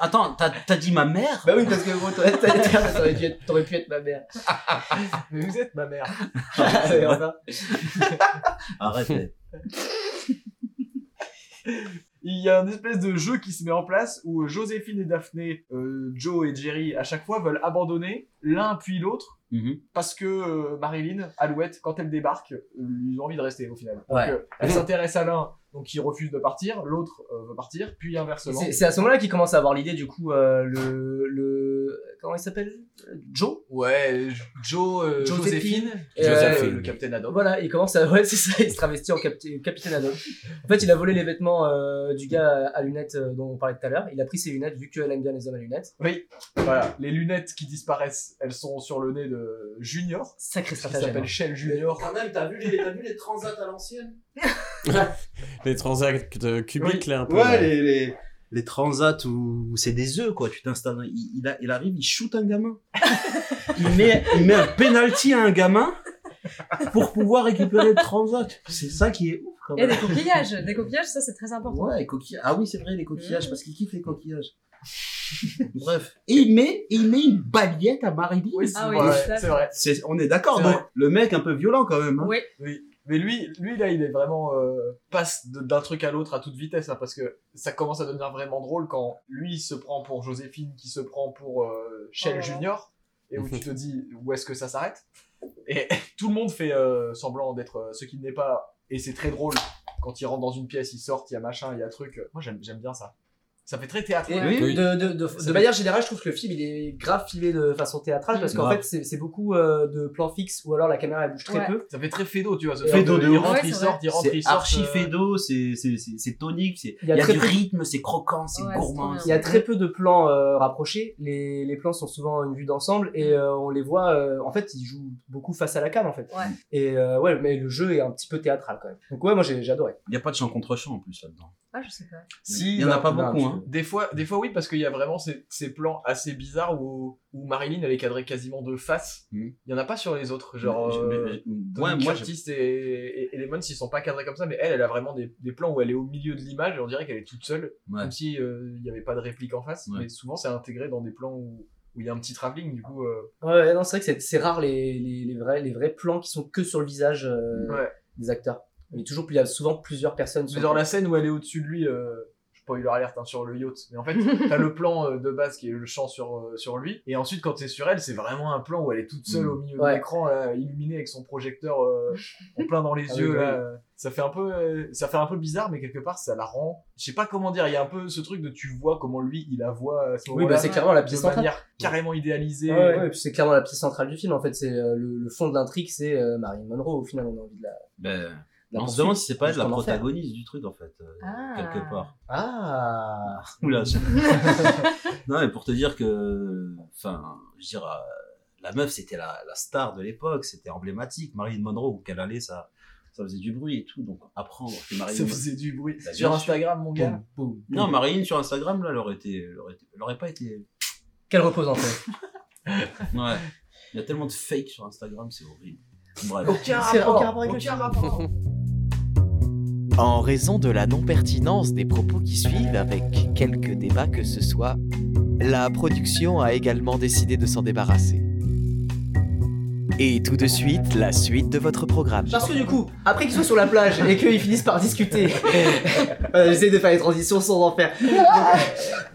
Speaker 2: Attends, t'as t'as dit ma mère
Speaker 12: Bah oui, parce que bon, t'aurais- t'aurais t'aurais dû être- t'aurais pu être ma mère.
Speaker 10: Mais vous êtes ma mère.
Speaker 12: C'est enfin.
Speaker 2: Arrête.
Speaker 10: Il y a une espèce de jeu qui se met en place où Joséphine et Daphné, euh, Joe et Jerry, à chaque fois veulent abandonner l'un puis l'autre
Speaker 12: Mhm.
Speaker 10: parce que euh, Marilyn, Alouette, quand elle débarque, euh, ils ont envie de rester au final. Donc,
Speaker 12: Ouais. Mhm.
Speaker 10: euh, elle s'intéresse à l'un donc il refuse de partir, l'autre euh, veut partir, puis inversement.
Speaker 12: C'est c'est à ce moment-là qu'il commence à avoir l'idée, du coup, euh, le, le. Comment il s'appelle Joe
Speaker 10: Ouais, Joe, euh, Joséphine,
Speaker 12: Et, euh,
Speaker 10: Joséphine, le capitaine Haddock.
Speaker 12: Voilà, il commence à. Ouais, c'est ça, il se travestit en capti- capitaine Haddock. En fait, il a volé les vêtements euh, du gars à lunettes euh, dont on parlait tout à l'heure. Il a pris ses lunettes, vu qu'elle aime bien les hommes à lunettes.
Speaker 10: Oui, voilà. Les lunettes qui disparaissent, elles sont sur le nez de Junior.
Speaker 12: Sacré
Speaker 10: qui
Speaker 12: stratagème, hein.
Speaker 10: s'appelle Shell Junior.
Speaker 6: Quand même, t'as vu, les- t'as vu les transats à l'ancienne
Speaker 4: Les transacts euh, cubiques, là, un peu.
Speaker 2: Ouais, les, les, les transats où, où c'est des œufs, quoi. Tu t'installes. Il, il a- il arrive, il shoot un gamin. il, met, il met un penalty à un gamin pour pouvoir récupérer le transat. C'est ça qui est ouf, quand
Speaker 18: Et
Speaker 2: même.
Speaker 18: des coquillages, des coquillages, ça c'est très important.
Speaker 2: Ouais, les coquillages. Ah oui, c'est vrai, les coquillages,
Speaker 10: Mmh.
Speaker 2: parce qu'il kiffe les coquillages. Bref. Et il met, et il met une baguette à Marilyn.
Speaker 10: Oui, c'est Ah oui, vrai, c'est ça. c'est vrai.
Speaker 2: C'est- On est d'accord,
Speaker 10: C'est
Speaker 2: donc
Speaker 10: vrai.
Speaker 2: le mec un peu violent quand même. hein.
Speaker 10: Oui. Mais lui, lui là, il est vraiment euh, passe de- d'un truc à l'autre à toute vitesse, là, parce que ça commence à devenir vraiment drôle quand lui il se prend pour Joséphine, qui se prend pour euh, Shell
Speaker 2: Oh.
Speaker 10: Junior, et où tu te dis où est-ce que ça s'arrête. Et tout le monde fait euh, semblant d'être euh, ce qu'il n'est pas, et c'est très drôle quand ils rentrent dans une pièce, ils sortent, il y a machin, il y a truc. Moi, j'aime j'aime bien ça. Ça fait très théâtre.
Speaker 12: Et De, de, de, de manière générale, je trouve que le film il est grave filé de façon théâtrale parce qu'en
Speaker 10: Grave.
Speaker 12: fait, c'est c'est beaucoup euh, de plans fixes ou alors la caméra elle bouge très
Speaker 10: Ouais.
Speaker 12: peu.
Speaker 10: Ça fait très fédo, tu vois. ce
Speaker 2: Fédo
Speaker 10: truc
Speaker 2: de
Speaker 10: de- il
Speaker 2: ouf.
Speaker 10: rentre, il sort, il rentre, il
Speaker 2: C'est
Speaker 10: sort.
Speaker 2: archi
Speaker 10: euh,
Speaker 2: fédo, c'est c'est- c'est- c'est tonique, c'est- il y a,
Speaker 12: très
Speaker 2: du
Speaker 12: peu-
Speaker 2: rythme, c'est croquant, c'est gourmand.
Speaker 12: Il y a très peu de plans euh, rapprochés. Les, les plans sont souvent une vue d'ensemble et euh, on les voit. euh, en fait, ils jouent beaucoup face à la cam en fait.
Speaker 18: Ouais.
Speaker 12: Et euh, ouais, mais le jeu est un petit peu théâtral quand même. Donc ouais, moi j'ai j'ai adoré.
Speaker 2: Il n'y a pas de chant contre chant en plus là-dedans.
Speaker 18: Ah, je sais pas.
Speaker 10: Si,
Speaker 2: Il y en a
Speaker 10: bah,
Speaker 2: pas
Speaker 10: bah,
Speaker 2: beaucoup,
Speaker 10: tu-
Speaker 2: hein.
Speaker 10: Des fois, des fois oui, parce qu'il y a vraiment ces, ces plans assez bizarres où, où Marilyn elle est cadrée quasiment de face.
Speaker 2: Mm.
Speaker 10: Il y en a pas sur les autres, genre.
Speaker 2: Mais-
Speaker 10: euh,
Speaker 2: mais- mais-
Speaker 10: Tony
Speaker 2: ouais, moi,
Speaker 10: Curtis et, et, et Lemon, ils sont pas cadrés comme ça, mais elle, elle a vraiment des, des plans où elle est au milieu de l'image et on dirait qu'elle est toute seule,
Speaker 2: Ouais.
Speaker 10: comme si euh, il y avait pas de réplique en face. Mais souvent, c'est intégré dans des plans où où il y a un petit travelling, du coup. euh,
Speaker 12: Ouais, ouais, non, c'est vrai que c'est- c'est rare les, les, les vrais, les vrais plans qui sont que sur le visage euh,
Speaker 10: Ouais.
Speaker 12: des acteurs. Mais toujours, il y a souvent plusieurs personnes. sur
Speaker 10: Mais
Speaker 12: le
Speaker 10: genre
Speaker 12: plan.
Speaker 10: la scène où elle est au-dessus de lui, euh, spoiler alerte hein, sur le yacht, mais en fait, t'as le plan euh, de base qui est le champ sur, euh, sur lui, et ensuite quand c'est sur elle, c'est vraiment un plan où elle est toute seule
Speaker 2: Mm.
Speaker 10: au milieu
Speaker 2: Ouais.
Speaker 10: de l'écran, là, illuminée avec son projecteur euh, en plein dans les
Speaker 2: Ah oui,
Speaker 10: yeux.
Speaker 2: oui.
Speaker 10: là, euh, Ça fait un peu, euh, ça fait un peu bizarre, mais quelque part ça la rend. Je sais pas comment dire. Il y a un peu ce truc de tu vois comment lui il la voit à ce
Speaker 12: Oui,
Speaker 10: moment-là.
Speaker 12: bah, c'est clairement la pièce
Speaker 10: de manière
Speaker 12: centrale.
Speaker 10: carrément idéalisée.
Speaker 12: Ouais, ouais, ouais, et puis c'est clairement la pièce centrale du film en fait. C'est euh, le, le fond de l'intrigue, c'est euh, Marilyn Monroe. Au final, on a envie de la.
Speaker 2: Ben,
Speaker 12: La
Speaker 2: on se demande
Speaker 12: poursuite,
Speaker 2: si c'est pas elle la
Speaker 12: jusqu'en enfer.
Speaker 2: protagoniste du truc en fait, euh,
Speaker 12: Ah.
Speaker 2: quelque part.
Speaker 12: Ah
Speaker 2: Oula, je- non, mais pour te dire que, enfin, je dirais, la meuf c'était la, la star de l'époque, c'était emblématique. Marilyn Monroe, où qu'elle allait, ça, ça faisait du bruit et tout. Donc apprendre que Marilyn.
Speaker 10: Ça faisait du bruit.
Speaker 2: Bah,
Speaker 10: sur
Speaker 2: bien sûr.
Speaker 10: Instagram, mon gars.
Speaker 2: Non, Marilyn sur Instagram, là, elle aurait, été, elle aurait, été- elle aurait pas été.
Speaker 12: Qu'elle repose en paix.
Speaker 2: Ouais. Il y a tellement de fake sur Instagram, c'est horrible. Bref.
Speaker 10: Aucun
Speaker 2: C'est-
Speaker 10: rapport.
Speaker 2: aucun rapport avec le
Speaker 10: Aucun rapport.
Speaker 19: En raison de la non-pertinence des propos qui suivent, avec quelques débats que ce soit, la production a également décidé de s'en débarrasser. Et tout de suite, la suite de votre programme.
Speaker 12: Parce que du coup, après qu'ils soient sur la plage et qu'ils finissent par discuter, Euh, j'essaie de faire les transitions sans en faire.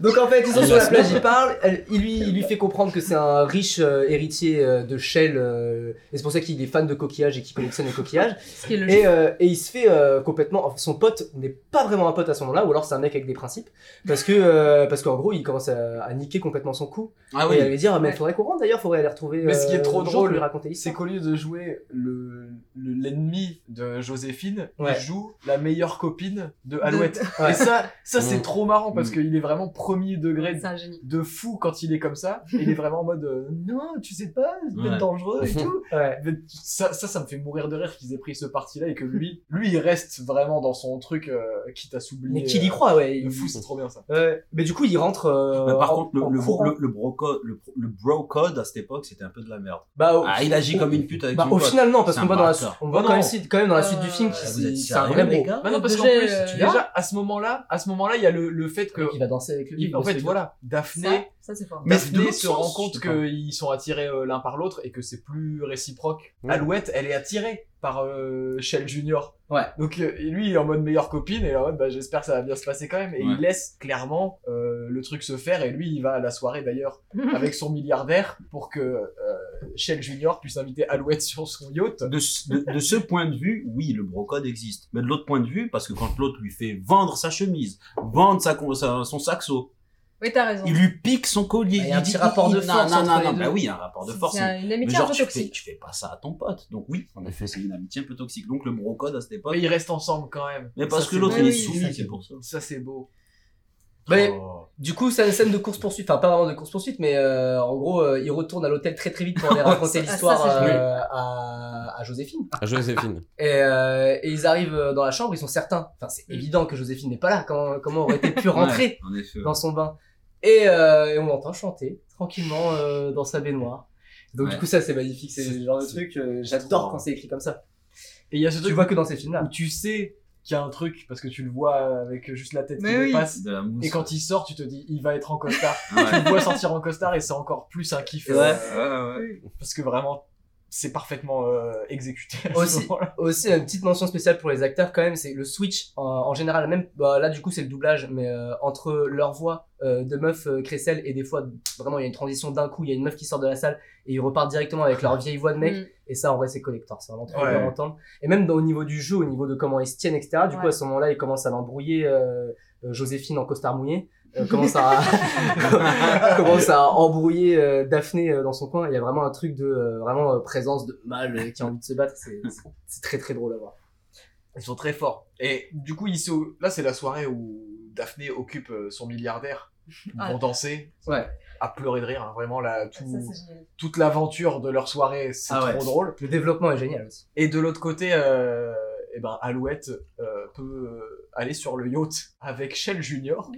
Speaker 12: Donc en fait, ils sont
Speaker 2: Ah,
Speaker 12: sur la plage, ils parlent, elle- il lui, il lui fait comprendre que c'est un riche euh, héritier euh, de Shell, euh, et c'est pour ça qu'il est fan de coquillages et qu'il collectionne les coquillages.
Speaker 18: Ce qui est logique.
Speaker 12: et, euh, et il se fait euh, complètement, enfin, son pote n'est pas vraiment un pote à ce moment-là, ou alors c'est un mec avec des principes, parce que euh, parce qu'en gros, il commence à, à niquer complètement son coup,
Speaker 10: Ah
Speaker 12: et
Speaker 10: oui.
Speaker 12: à lui dire, mais
Speaker 10: Ouais.
Speaker 12: faudrait qu'on rentre d'ailleurs, faudrait aller retrouver.
Speaker 10: Mais ce qui est
Speaker 12: euh,
Speaker 10: trop
Speaker 12: Jean
Speaker 10: drôle,
Speaker 12: pour lui raconter
Speaker 10: c'est qu'au lieu de jouer le le- l'ennemi de Joséphine,
Speaker 12: Ouais.
Speaker 10: il joue la meilleure copine de Alouette.
Speaker 12: Ouais.
Speaker 10: Et ça, ça c'est
Speaker 12: Mm.
Speaker 10: trop marrant parce
Speaker 12: Mm.
Speaker 10: qu'il est vraiment premier degré de, de fou quand il est comme ça. Et il est vraiment en mode euh, non, tu sais pas, c'est peut-être
Speaker 12: Ouais.
Speaker 10: dangereux et tout.
Speaker 12: Ouais.
Speaker 10: Mais Ça, ça, ça me fait mourir de rire qu'ils aient pris ce parti-là et que lui, lui, il reste vraiment dans son truc euh, quitte à s'oublier.
Speaker 12: Mais qu'il y
Speaker 10: euh,
Speaker 12: croit, ouais.
Speaker 10: De fou, c'est trop bien ça.
Speaker 12: Euh, mais du coup, il rentre. euh,
Speaker 2: Mais Bah, par
Speaker 12: en-
Speaker 2: contre, le,
Speaker 12: en
Speaker 2: le, bro,
Speaker 12: courant.
Speaker 2: le, le bro code, le, pro- le bro code à cette époque, c'était un peu de la merde.
Speaker 12: Bah, au-
Speaker 2: ah, il agit
Speaker 12: au-
Speaker 2: comme une pute avec
Speaker 12: bah,
Speaker 2: son
Speaker 12: au
Speaker 2: pote.
Speaker 12: final, non, parce
Speaker 2: C'est
Speaker 12: qu'on
Speaker 2: un
Speaker 12: voit, dans la,
Speaker 2: bâtard.
Speaker 12: on voit
Speaker 2: Ah
Speaker 12: quand,
Speaker 2: non.
Speaker 12: même, si- quand même dans la suite du film qu'il
Speaker 2: Vous êtes
Speaker 12: c'est un vrai
Speaker 2: sérieux, les
Speaker 12: bro.
Speaker 2: gars
Speaker 10: Bah non, parce qu'en
Speaker 12: Déjà,
Speaker 10: plus,
Speaker 12: euh,
Speaker 10: tu- déjà, à ce moment-là, à ce moment-là, il y a le, le fait que.
Speaker 12: Il va danser avec lui.
Speaker 10: en fait, voilà,
Speaker 18: Ça,
Speaker 10: Daphné.
Speaker 18: ça c'est fort.
Speaker 10: Mais
Speaker 18: de
Speaker 10: Daphné
Speaker 18: l'autre
Speaker 10: se
Speaker 18: sens,
Speaker 10: rend
Speaker 18: je
Speaker 10: compte
Speaker 18: sais pas.
Speaker 10: qu'ils sont attirés euh, l'un par l'autre et que c'est plus réciproque. Alouette, elle est attirée par euh, Shell Junior.
Speaker 12: Ouais.
Speaker 10: Donc euh, et lui, il est en mode meilleure copine et il est en mode bah, j'espère que ça va bien se passer quand même. Et
Speaker 2: Ouais.
Speaker 10: il laisse clairement euh, le truc se faire et lui, il va à la soirée d'ailleurs avec son milliardaire pour que euh, Shell Junior puisse inviter Alouette sur son yacht.
Speaker 2: de, ce- de- de ce point de vue, oui, le brocode existe. Mais de l'autre point de vue, parce que quand l'autre lui fait vendre sa chemise, vendre sa, con- sa- son saxo,
Speaker 18: Oui, t'as raison.
Speaker 2: il lui pique son collier.
Speaker 18: Il y a un
Speaker 2: dit-
Speaker 18: petit rapport de
Speaker 2: non,
Speaker 18: force
Speaker 2: Non,
Speaker 18: entre
Speaker 2: non,
Speaker 18: les
Speaker 2: non,
Speaker 18: deux.
Speaker 2: bah oui, il y a un rapport de
Speaker 18: C'est-
Speaker 2: force.
Speaker 18: c'est
Speaker 2: mais-
Speaker 18: une amitié
Speaker 2: mais
Speaker 18: un
Speaker 2: genre,
Speaker 18: peu
Speaker 2: tu fais-
Speaker 18: toxique.
Speaker 2: Tu fais, pas ça à ton pote. Donc oui, en effet, c'est une amitié un peu toxique. Donc le brocode à cette époque.
Speaker 10: Mais ils restent ensemble quand même.
Speaker 2: Mais parce
Speaker 10: Ça,
Speaker 2: que
Speaker 10: c'est
Speaker 2: l'autre,
Speaker 10: beau.
Speaker 2: il est
Speaker 10: Oui,
Speaker 2: soumis,
Speaker 10: ça,
Speaker 2: c'est pour ça. Oh.
Speaker 10: Ça, c'est beau.
Speaker 12: Mais du coup, c'est une scène de course-poursuite. Enfin, pas vraiment de course-poursuite, mais euh, en gros, euh, il retourne à l'hôtel très très vite pour aller raconter
Speaker 10: Ah, ça,
Speaker 12: l'histoire
Speaker 10: ça, c'est
Speaker 12: euh, à, à Joséphine.
Speaker 4: À Joséphine.
Speaker 12: Et, euh, et ils arrivent euh, dans la chambre, ils sont certains. Enfin,
Speaker 10: Mm.
Speaker 12: c'est évident que Joséphine n'est pas là. Comment, comment aurait-elle pu rentrer
Speaker 2: Ouais, en effet, ouais.
Speaker 12: dans son bain et, euh, et on l'entend chanter tranquillement euh, dans sa baignoire. Donc du
Speaker 10: Ouais.
Speaker 12: coup, ça c'est magnifique. C'est le genre de truc. euh, J'adore quand c'est écrit comme ça.
Speaker 10: Et il y a ce truc
Speaker 12: tu vois que dans ces films-là.
Speaker 10: où tu sais qu'il y a un truc parce que tu le vois avec juste la tête qui
Speaker 12: Mais oui.
Speaker 10: dépasse.
Speaker 2: De la mousse.
Speaker 10: et quand il sort, tu te dis, il va être en costard.
Speaker 2: Ouais.
Speaker 10: Tu le vois sortir en costard et c'est encore plus un kiff.
Speaker 2: Ouais,
Speaker 10: euh, Parce que vraiment, c'est parfaitement euh, exécuté. à ce
Speaker 12: aussi,
Speaker 10: moment-là.
Speaker 12: aussi une petite mention spéciale pour les acteurs quand même, c'est le switch en, en général, même bah, là du coup c'est le doublage, mais euh, entre leur voix euh, de meuf euh, Cressel et des fois vraiment il y a une transition d'un coup, il y a une meuf qui sort de la salle et ils repartent directement avec leur vieille voix de mec,
Speaker 10: Mm.
Speaker 12: et ça en vrai c'est collector, c'est vraiment trop
Speaker 10: Ouais.
Speaker 12: bien à entendre. Et même dans- au niveau du jeu, au niveau de comment ils se tiennent, etc. Du coup
Speaker 10: Ouais.
Speaker 12: à ce moment-là ils commencent à l'embrouiller euh, euh, Joséphine en costard mouillé. euh, commence à commence à embrouiller euh, Daphné euh, dans son coin. Il y a vraiment un truc de euh, vraiment euh, présence de mâle euh, qui a envie de se battre. C'est- c'est- C'est très très drôle à voir.
Speaker 10: Ils sont très forts. Et du coup, ils se- là, c'est la soirée où Daphné occupe euh, son milliardaire. Ils
Speaker 12: Ah.
Speaker 10: vont danser.
Speaker 12: Ouais.
Speaker 10: À pleurer de rire. hein. Vraiment, là, tout-
Speaker 12: Ça, c'est génial.
Speaker 10: toute l'aventure de leur soirée, c'est
Speaker 12: Ah ouais.
Speaker 10: trop drôle.
Speaker 12: Le développement est génial aussi.
Speaker 10: Et de l'autre côté, euh, eh ben, Alouette euh, peut euh, aller sur le yacht avec Shell Junior.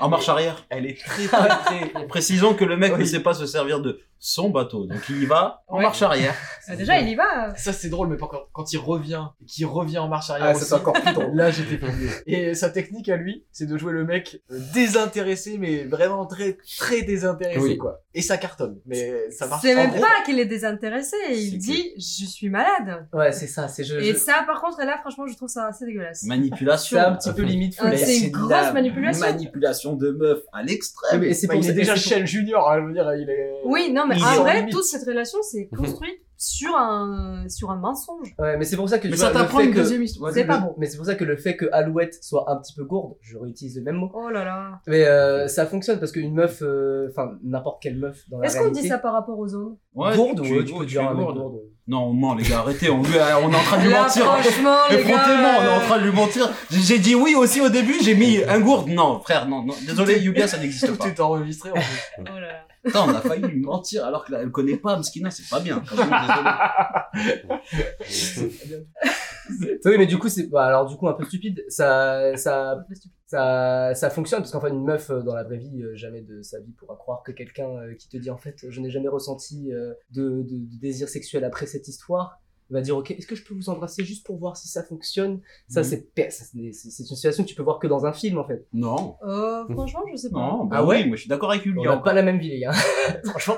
Speaker 2: En marche arrière.
Speaker 10: Elle est très, très, très.
Speaker 2: Précisons que le mec ne
Speaker 10: Oui.
Speaker 2: sait pas se servir de son bateau. Donc il y va en
Speaker 10: Ouais.
Speaker 2: marche arrière.
Speaker 9: Euh,
Speaker 10: C'est
Speaker 18: déjà,
Speaker 10: drôle.
Speaker 18: il y va.
Speaker 10: Ça, c'est drôle, mais pas quand, quand il revient, et qu'il revient en marche arrière.
Speaker 12: Ah, ça,
Speaker 10: aussi,
Speaker 12: c'est encore plus drôle.
Speaker 10: Là, j'étais plus vieux. Et sa technique à lui, c'est de jouer le mec euh, désintéressé, mais vraiment très, très désintéressé,
Speaker 12: Oui.
Speaker 10: quoi. Et ça cartonne, mais ça marche.
Speaker 18: C'est
Speaker 10: en
Speaker 18: même
Speaker 10: gros,
Speaker 18: pas qu'il est désintéressé, il dit je suis malade.
Speaker 12: Ouais, c'est ça, c'est je.
Speaker 18: Et
Speaker 12: je-
Speaker 18: ça, par contre, là, franchement, je trouve ça assez dégueulasse.
Speaker 2: Manipulation.
Speaker 12: C'est un petit peu limite
Speaker 18: Ah,
Speaker 2: Mais
Speaker 18: c'est une grosse
Speaker 2: la
Speaker 18: manipulation.
Speaker 2: Manipulation de meuf à l'extrême.
Speaker 10: mais c'est pour- il est déjà
Speaker 2: chez
Speaker 10: Shell Junior, hein, je veux dire, il est.
Speaker 18: Oui, non, mais
Speaker 2: Ils
Speaker 18: en
Speaker 2: ont
Speaker 18: vrai,
Speaker 2: limite.
Speaker 18: toute cette relation, c'est construite sur un, sur un mensonge.
Speaker 12: Ouais, mais c'est pour ça que
Speaker 18: Mais
Speaker 12: tu
Speaker 18: ça
Speaker 12: vois, le
Speaker 18: t'apprend
Speaker 12: fait
Speaker 18: une
Speaker 12: que-
Speaker 18: deuxième histoire. C'est
Speaker 12: le-
Speaker 18: pas bon.
Speaker 12: Mais c'est pour ça que le fait que Alouette soit un petit peu gourde, je réutilise le même mot.
Speaker 18: Oh là là.
Speaker 12: Mais euh, ça fonctionne parce qu'une meuf, euh, enfin n'importe quelle meuf dans la
Speaker 18: Est-ce qu'on
Speaker 12: réalité-
Speaker 18: dit ça par rapport aux hommes
Speaker 2: Ouais,
Speaker 12: gourde
Speaker 2: tu- tu
Speaker 12: ou
Speaker 2: es
Speaker 12: tu peux
Speaker 2: gourde,
Speaker 12: dire
Speaker 2: tu es
Speaker 12: un mec
Speaker 2: gourde.
Speaker 12: gourde.
Speaker 2: Non, on ment, les gars, arrêtez, on, lui a- on est en
Speaker 10: Ah,
Speaker 2: train de lui
Speaker 18: Là,
Speaker 2: mentir.
Speaker 18: franchement, Oh, les
Speaker 2: Mais
Speaker 18: gars,
Speaker 2: frontalement, on est en
Speaker 18: euh,
Speaker 2: train de lui mentir. J'ai- J'ai dit oui aussi au début, j'ai mis un gourde. Non, frère, non, non. Désolé, Yulia, ça n'existe pas.
Speaker 10: Tout est enregistré en fait.
Speaker 18: euh, oh
Speaker 2: Attends, on a failli lui mentir alors qu'elle connaît pas Mskina, c'est pas bien. Franchement, désolé.
Speaker 12: Oui, mais du coup, c'est bah, alors du coup un peu stupide. Ça, ça, ça, ça fonctionne parce qu'enfin une meuf euh, dans la vraie vie, euh, jamais de sa vie pourra croire que quelqu'un euh, qui te dit en fait, je n'ai jamais ressenti euh, de, de- de désir sexuel après cette histoire, va dire ok, est-ce que je peux vous embrasser juste pour voir si ça fonctionne Ça,
Speaker 2: Mhm.
Speaker 12: c'est pe- ça, c'est c'est une situation que tu peux voir que dans un film en fait.
Speaker 2: Non.
Speaker 18: Euh, franchement, je sais pas.
Speaker 2: Non, bah
Speaker 12: Ah ouais
Speaker 2: oui, moi je suis d'accord avec
Speaker 12: On
Speaker 2: Yulia.
Speaker 12: n'a pas la même vie les gars. Franchement,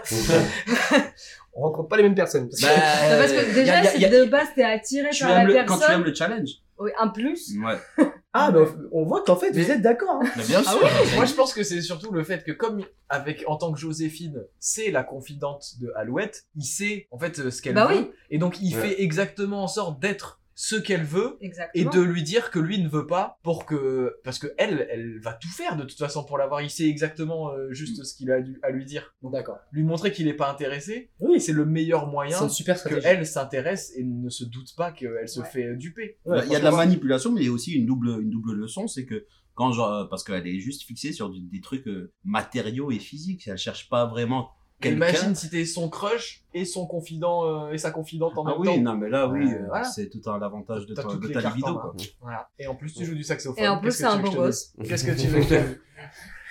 Speaker 12: on rencontre pas les mêmes personnes.
Speaker 10: Bah,
Speaker 12: parce que-
Speaker 18: Non, Bah,
Speaker 10: Euh,
Speaker 18: parce que déjà,
Speaker 12: Y a- y a-
Speaker 18: c'est
Speaker 12: y a-
Speaker 18: de base, t'es attiré
Speaker 12: Tu
Speaker 18: par la
Speaker 12: aimes le- quand tu
Speaker 18: personne.
Speaker 12: aimes
Speaker 2: le challenge.
Speaker 18: Oui, un plus.
Speaker 2: Ouais.
Speaker 12: Ah, bah on voit qu'en fait vous êtes d'accord. hein.
Speaker 10: Ah ouais, Moi, je pense que c'est surtout le fait que, comme avec en tant que Joséphine, c'est la confidente de Alouette, il sait en fait euh, ce qu'elle
Speaker 18: Bah
Speaker 10: veut,
Speaker 18: oui.
Speaker 10: et donc il
Speaker 18: Ouais.
Speaker 10: fait exactement en sorte d'être ce qu'elle veut et
Speaker 18: Exactement.
Speaker 10: de lui dire que lui ne veut pas pour que parce que elle elle va tout faire de toute façon pour l'avoir il sait exactement euh, juste ce qu'il a dû- à lui dire
Speaker 12: d'accord
Speaker 10: lui montrer qu'il n'est pas intéressé c'est le meilleur moyen
Speaker 2: C'est une super
Speaker 10: que
Speaker 2: stratégie.
Speaker 10: elle s'intéresse et ne se doute pas qu'elle se fait euh, duper
Speaker 2: Bah, Il y a de la manipulation, mais il y a aussi une double, une double leçon, c'est que quand genre, euh, parce qu'elle est juste fixée sur du- des trucs euh, matériaux et physiques, elle cherche pas vraiment quelqu'un.
Speaker 10: Imagine si t'es son crush et son confident euh, et sa confidente en
Speaker 2: Ah
Speaker 10: même
Speaker 2: oui,
Speaker 10: temps.
Speaker 2: non, mais là, oui,
Speaker 10: Euh,
Speaker 2: euh,
Speaker 10: voilà.
Speaker 2: c'est tout un avantage de,
Speaker 10: T'as
Speaker 2: ta-
Speaker 10: toutes
Speaker 2: de
Speaker 10: les
Speaker 2: ta
Speaker 10: cartes en
Speaker 2: libido,
Speaker 10: main.
Speaker 2: quoi.
Speaker 10: Voilà. Et en plus, tu joues du saxophone.
Speaker 18: Et en plus,
Speaker 10: Qu'est-ce que
Speaker 18: c'est
Speaker 10: tu
Speaker 18: un
Speaker 10: veux que je
Speaker 18: beau
Speaker 10: te
Speaker 18: gosse.
Speaker 10: dise Qu'est-ce que tu veux que je te dise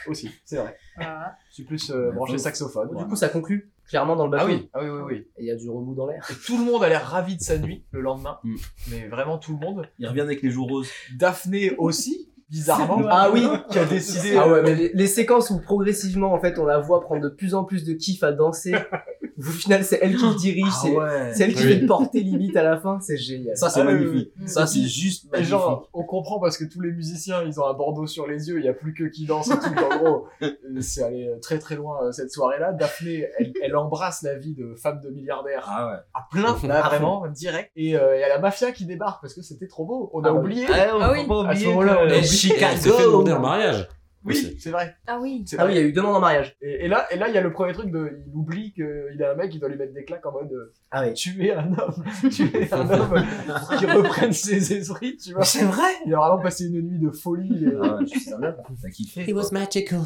Speaker 10: Aussi, c'est vrai.
Speaker 18: Voilà.
Speaker 10: Je suis plus euh, branché saxophone.
Speaker 12: Du coup, ça conclut clairement dans le
Speaker 10: Ah
Speaker 12: bateau.
Speaker 10: oui, ah oui, oui, oui.
Speaker 12: Et il y a du remous dans l'air.
Speaker 10: Et tout le monde a l'air ravi de sa nuit le lendemain. Mais vraiment tout le monde.
Speaker 2: Mm. Il revient avec les joues roses.
Speaker 10: Daphné aussi, bizarrement.
Speaker 12: Ah oui,
Speaker 10: Qui a décidé.
Speaker 12: Ah ouais, mais les, les séquences où progressivement en fait on la voit prendre de plus en plus de kiff à danser au final, c'est elle qui le dirige,
Speaker 16: Ah
Speaker 12: c'est
Speaker 16: ouais.
Speaker 12: c'est elle qui
Speaker 16: Oui.
Speaker 12: fait porter limite à la fin, c'est génial.
Speaker 16: Ça, c'est
Speaker 10: Ah
Speaker 16: magnifique. Ça, c'est juste
Speaker 10: Et
Speaker 16: magnifique.
Speaker 10: genre, on comprend parce que tous les musiciens, ils ont un bandeau sur les yeux, il y a plus que qui danse et tout. En gros, euh, c'est allé très très loin euh, cette soirée-là. Daphné, elle, elle embrasse la vie de femme de milliardaire
Speaker 2: Ah
Speaker 10: à plein, Ah,
Speaker 12: Là,
Speaker 10: à vraiment, même direct. Et euh, il y a la mafia qui débarque parce que c'était trop beau. On a
Speaker 12: Ah bah oui.
Speaker 10: oublié.
Speaker 12: Ah, on Ah peut oui. pas
Speaker 10: À ce
Speaker 12: oublier
Speaker 10: moment-là,
Speaker 12: que-
Speaker 10: on a
Speaker 12: Et
Speaker 10: oublié.
Speaker 12: Chicago. Elle s'est fait demander en mariage.
Speaker 10: Oui, c'est vrai.
Speaker 18: Ah oui.
Speaker 10: C'est
Speaker 12: Ah oui,
Speaker 10: vrai.
Speaker 12: il y a eu demande en mariage.
Speaker 10: Et, et là, et là, il y a le premier truc de, il oublie qu'il a un mec, il doit lui mettre des claques en mode, euh, tuer un homme, tuer un homme, pour qu'il reprenne ses esprits, tu vois.
Speaker 12: C'est vrai.
Speaker 10: Il a vraiment passé une nuit de folie. euh,
Speaker 2: Ah ouais,
Speaker 10: T'as
Speaker 2: kiffé.
Speaker 10: It
Speaker 12: was magical.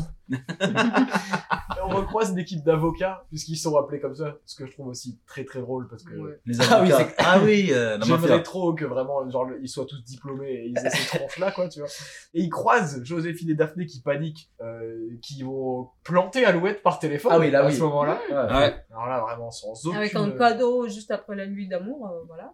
Speaker 10: on recroise une équipe d'avocats, puisqu'ils sont appelés comme ça, ce que je trouve aussi très très drôle, parce que.
Speaker 2: Les avocats. Ah oui, c'est- Ah oui, euh, la mafia.
Speaker 10: J'aimerais trop que vraiment, genre, ils soient tous diplômés et ils aient ces tranches-là, quoi, tu vois. Et ils croisent Joséphine et Daphné qui paniquent, euh, qui vont planter Alouette par téléphone
Speaker 12: Ah oui, là,
Speaker 10: à
Speaker 12: oui.
Speaker 10: ce moment-là.
Speaker 12: Ouais.
Speaker 10: Alors là, vraiment, sans aucune...
Speaker 9: Avec un cadeau juste après la nuit d'amour, euh, voilà.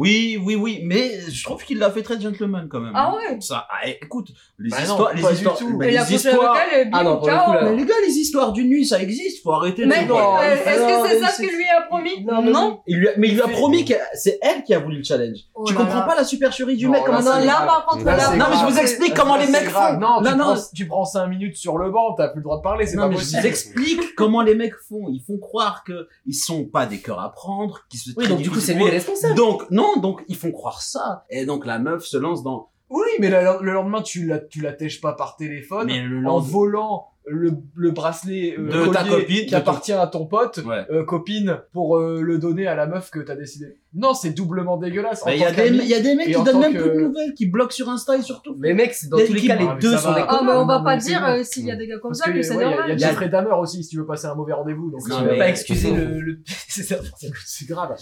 Speaker 2: Oui, oui, oui, mais je trouve qu'il l'a fait très gentleman quand même.
Speaker 9: Ah
Speaker 2: hein.
Speaker 9: ouais
Speaker 2: Ça, ah, écoute, les
Speaker 10: Bah non,
Speaker 2: histoires,
Speaker 10: pas
Speaker 2: les
Speaker 10: du
Speaker 2: histoires,
Speaker 10: tout.
Speaker 2: bah,
Speaker 10: Et la
Speaker 2: les
Speaker 10: prochaine
Speaker 2: histoires.
Speaker 9: vocale, bim,
Speaker 2: ah non, pour le coup,
Speaker 9: ciao.
Speaker 2: là. Mais les gars, les histoires d'une nuit, ça existe, faut arrêter. de
Speaker 9: Mais
Speaker 2: se voir.
Speaker 9: euh, est-ce
Speaker 2: Non,
Speaker 9: que c'est
Speaker 2: mais
Speaker 9: ça ce que lui a promis Non.
Speaker 2: Il lui a- mais il lui a promis que c'est elle qui a voulu le challenge.
Speaker 9: Oh
Speaker 2: tu
Speaker 9: là
Speaker 2: comprends
Speaker 9: là.
Speaker 2: pas la supercherie du
Speaker 10: Non,
Speaker 2: mec comment
Speaker 10: là,
Speaker 2: ça
Speaker 10: c'est
Speaker 2: est-
Speaker 10: grave. Là,
Speaker 2: Non, mais je
Speaker 10: c'est grave.
Speaker 2: vous explique comment
Speaker 10: Là,
Speaker 2: les
Speaker 10: c'est
Speaker 2: mecs
Speaker 10: grave.
Speaker 2: font.
Speaker 10: Non,
Speaker 2: non,
Speaker 10: tu,
Speaker 2: non,
Speaker 10: Prends, tu prends 5 minutes sur le banc, t'as plus le droit de parler, c'est
Speaker 2: Non,
Speaker 10: pas
Speaker 2: mais je
Speaker 10: possible.
Speaker 2: vous explique comment les mecs font. Ils font croire que ils sont pas des cœurs à prendre, qu'ils se
Speaker 12: Oui,
Speaker 2: traitent
Speaker 12: donc du coup,
Speaker 2: difficile
Speaker 12: c'est lui
Speaker 2: pour
Speaker 12: le
Speaker 2: eux.
Speaker 12: responsable.
Speaker 2: Donc, non, donc ils font croire ça. Et donc la meuf se lance dans.
Speaker 10: Oui, mais la- le lendemain, tu la, tu la tèches pas par téléphone en
Speaker 2: lendemain-
Speaker 10: volant le, le bracelet euh,
Speaker 2: De ta
Speaker 10: collier
Speaker 2: copine, de
Speaker 10: qui
Speaker 2: ton-
Speaker 10: appartient à ton pote,
Speaker 2: Ouais.
Speaker 10: euh, copine, pour euh, le donner à la meuf que t'as décidé. Non, c'est doublement dégueulasse. en
Speaker 2: Mais Il y, a
Speaker 10: tant
Speaker 2: des-
Speaker 10: qu'ami
Speaker 2: il y a des mecs
Speaker 10: et
Speaker 2: qui
Speaker 10: en
Speaker 2: donnent
Speaker 10: tant
Speaker 2: même
Speaker 10: que-
Speaker 2: plus de nouvelles, qui bloquent sur Insta et surtout.
Speaker 12: Mais mec, c'est
Speaker 2: dans tous les cas, les
Speaker 10: Ah, mais
Speaker 2: deux
Speaker 10: ça
Speaker 2: sont
Speaker 10: va.
Speaker 2: des
Speaker 9: Ah, mais on va
Speaker 10: Non,
Speaker 9: pas
Speaker 10: mais c'est
Speaker 9: dire
Speaker 10: bon.
Speaker 9: euh, s'il y a des gars comme
Speaker 10: Parce
Speaker 9: ça que
Speaker 10: que,
Speaker 9: c'est
Speaker 10: ouais, il y a-
Speaker 9: normal.
Speaker 10: Il y a Jeffrey Dahmer aussi, si tu veux passer un mauvais rendez-vous. Donc
Speaker 12: Non,
Speaker 10: tu
Speaker 12: mais-
Speaker 10: peux
Speaker 12: pas excuser le-
Speaker 10: C'est grave.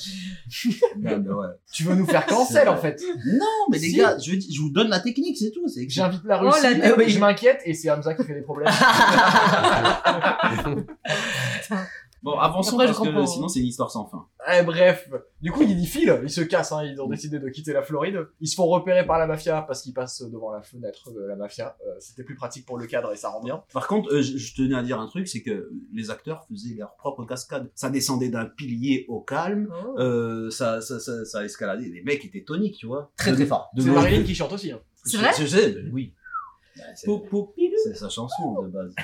Speaker 2: Non, mais ouais.
Speaker 10: Tu veux nous faire cancel, en fait.
Speaker 2: Non, mais les
Speaker 10: Si.
Speaker 2: gars, je, veux dire- je vous donne la technique, c'est tout. c'est que-
Speaker 10: J'invite la
Speaker 2: Oh,
Speaker 10: Russie,
Speaker 2: la
Speaker 10: mais
Speaker 2: technique.
Speaker 10: je m'inquiète et c'est Hamza qui fait des problèmes.
Speaker 2: Bon, avançons
Speaker 9: Ah,
Speaker 10: Après, je
Speaker 2: parce que
Speaker 10: comprends.
Speaker 2: sinon c'est une histoire sans fin.
Speaker 10: Eh, bref, du coup ils y filent, ils se cassent, hein, ils ont décidé de quitter la Floride. Ils se font repérer par la mafia parce qu'ils passent devant la fenêtre de la mafia. Euh, C'était plus pratique pour le cadre et ça rend bien.
Speaker 2: Par contre, euh, je, je tenais à dire un truc, c'est que les acteurs faisaient leur propre cascade. Ça descendait d'un pilier au calme,
Speaker 10: Oh.
Speaker 2: euh, ça, ça, ça, ça escaladait. Les mecs étaient toniques, tu vois.
Speaker 12: Très,
Speaker 2: De-
Speaker 12: très fort.
Speaker 2: de-
Speaker 10: C'est
Speaker 2: de-
Speaker 10: Marilyn qui chante aussi. hein.
Speaker 2: Je- Je sais, ben oui. Bah, c'est- C'est sa chanson de base.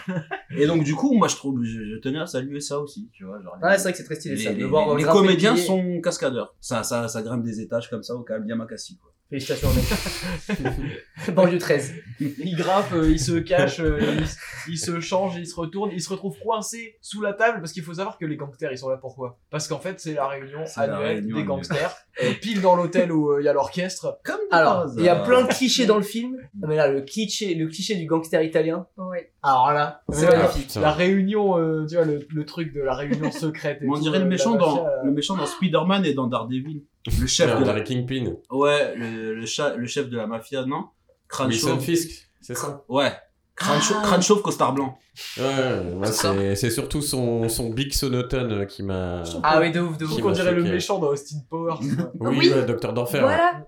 Speaker 2: Et donc du coup, moi je trouve, je, je tenais à saluer ça aussi, tu vois. Genre,
Speaker 12: Ouais, c'est vrai que c'est très stylé,
Speaker 2: les,
Speaker 12: ça, de
Speaker 2: Les,
Speaker 12: voir
Speaker 2: les- les
Speaker 12: grimper
Speaker 2: comédiens
Speaker 12: le pilier.
Speaker 2: sont cascadeurs. Ça, ça, ça grimpe des étages comme ça au calme, bien macassi. Quoi.
Speaker 12: Félicitations, mec. Banlieue 13.
Speaker 10: Ils grimpent, euh, ils se cachent, euh, ils, s- ils se changent, ils se retournent, ils se retrouvent coincés sous la table parce qu'il faut savoir que les gangsters ils sont là pourquoi Parce qu'en fait c'est la réunion
Speaker 2: C'est la
Speaker 10: annuelle
Speaker 2: réunion
Speaker 10: des
Speaker 2: annuelle.
Speaker 10: gangsters, euh, pile dans l'hôtel où euh, il y a l'orchestre.
Speaker 2: Comme
Speaker 12: Alors, il y a plein de clichés dans le film. Ah, Mais là, le cliché, le cliché du gangster italien.
Speaker 9: Ouais.
Speaker 12: Alors là, c'est
Speaker 10: Ouais,
Speaker 2: Ah,
Speaker 12: magnifique.
Speaker 10: la réunion, euh, tu vois, le, le truc de la réunion secrète. Et
Speaker 2: On
Speaker 10: tout,
Speaker 2: dirait
Speaker 10: euh,
Speaker 2: le
Speaker 10: la
Speaker 2: méchant,
Speaker 10: mafia,
Speaker 2: dans,
Speaker 10: euh,
Speaker 2: le méchant dans Spider-Man et dans Daredevil. Le chef
Speaker 4: Ouais, on
Speaker 2: de la...
Speaker 4: dirait Kingpin.
Speaker 2: Ouais, le, le, cha- le chef de la mafia, non
Speaker 10: Ah,
Speaker 2: Crâne
Speaker 4: Wilson
Speaker 2: chauve.
Speaker 4: Fisk, c'est ça
Speaker 2: Ouais. Crâne, chauve, crâne chauve, costard blanc.
Speaker 4: Ouais, ouais, ouais, c'est- c'est surtout son, son Big Sonotone euh, qui m'a.
Speaker 12: Ah oui, de ouf, de
Speaker 4: qui
Speaker 12: ouf.
Speaker 4: m'a
Speaker 10: On dirait le
Speaker 4: choqué.
Speaker 10: méchant dans Austin Powers. quoi.
Speaker 4: Oui, ouais, Docteur d'Enfer. ouais.
Speaker 12: Voilà.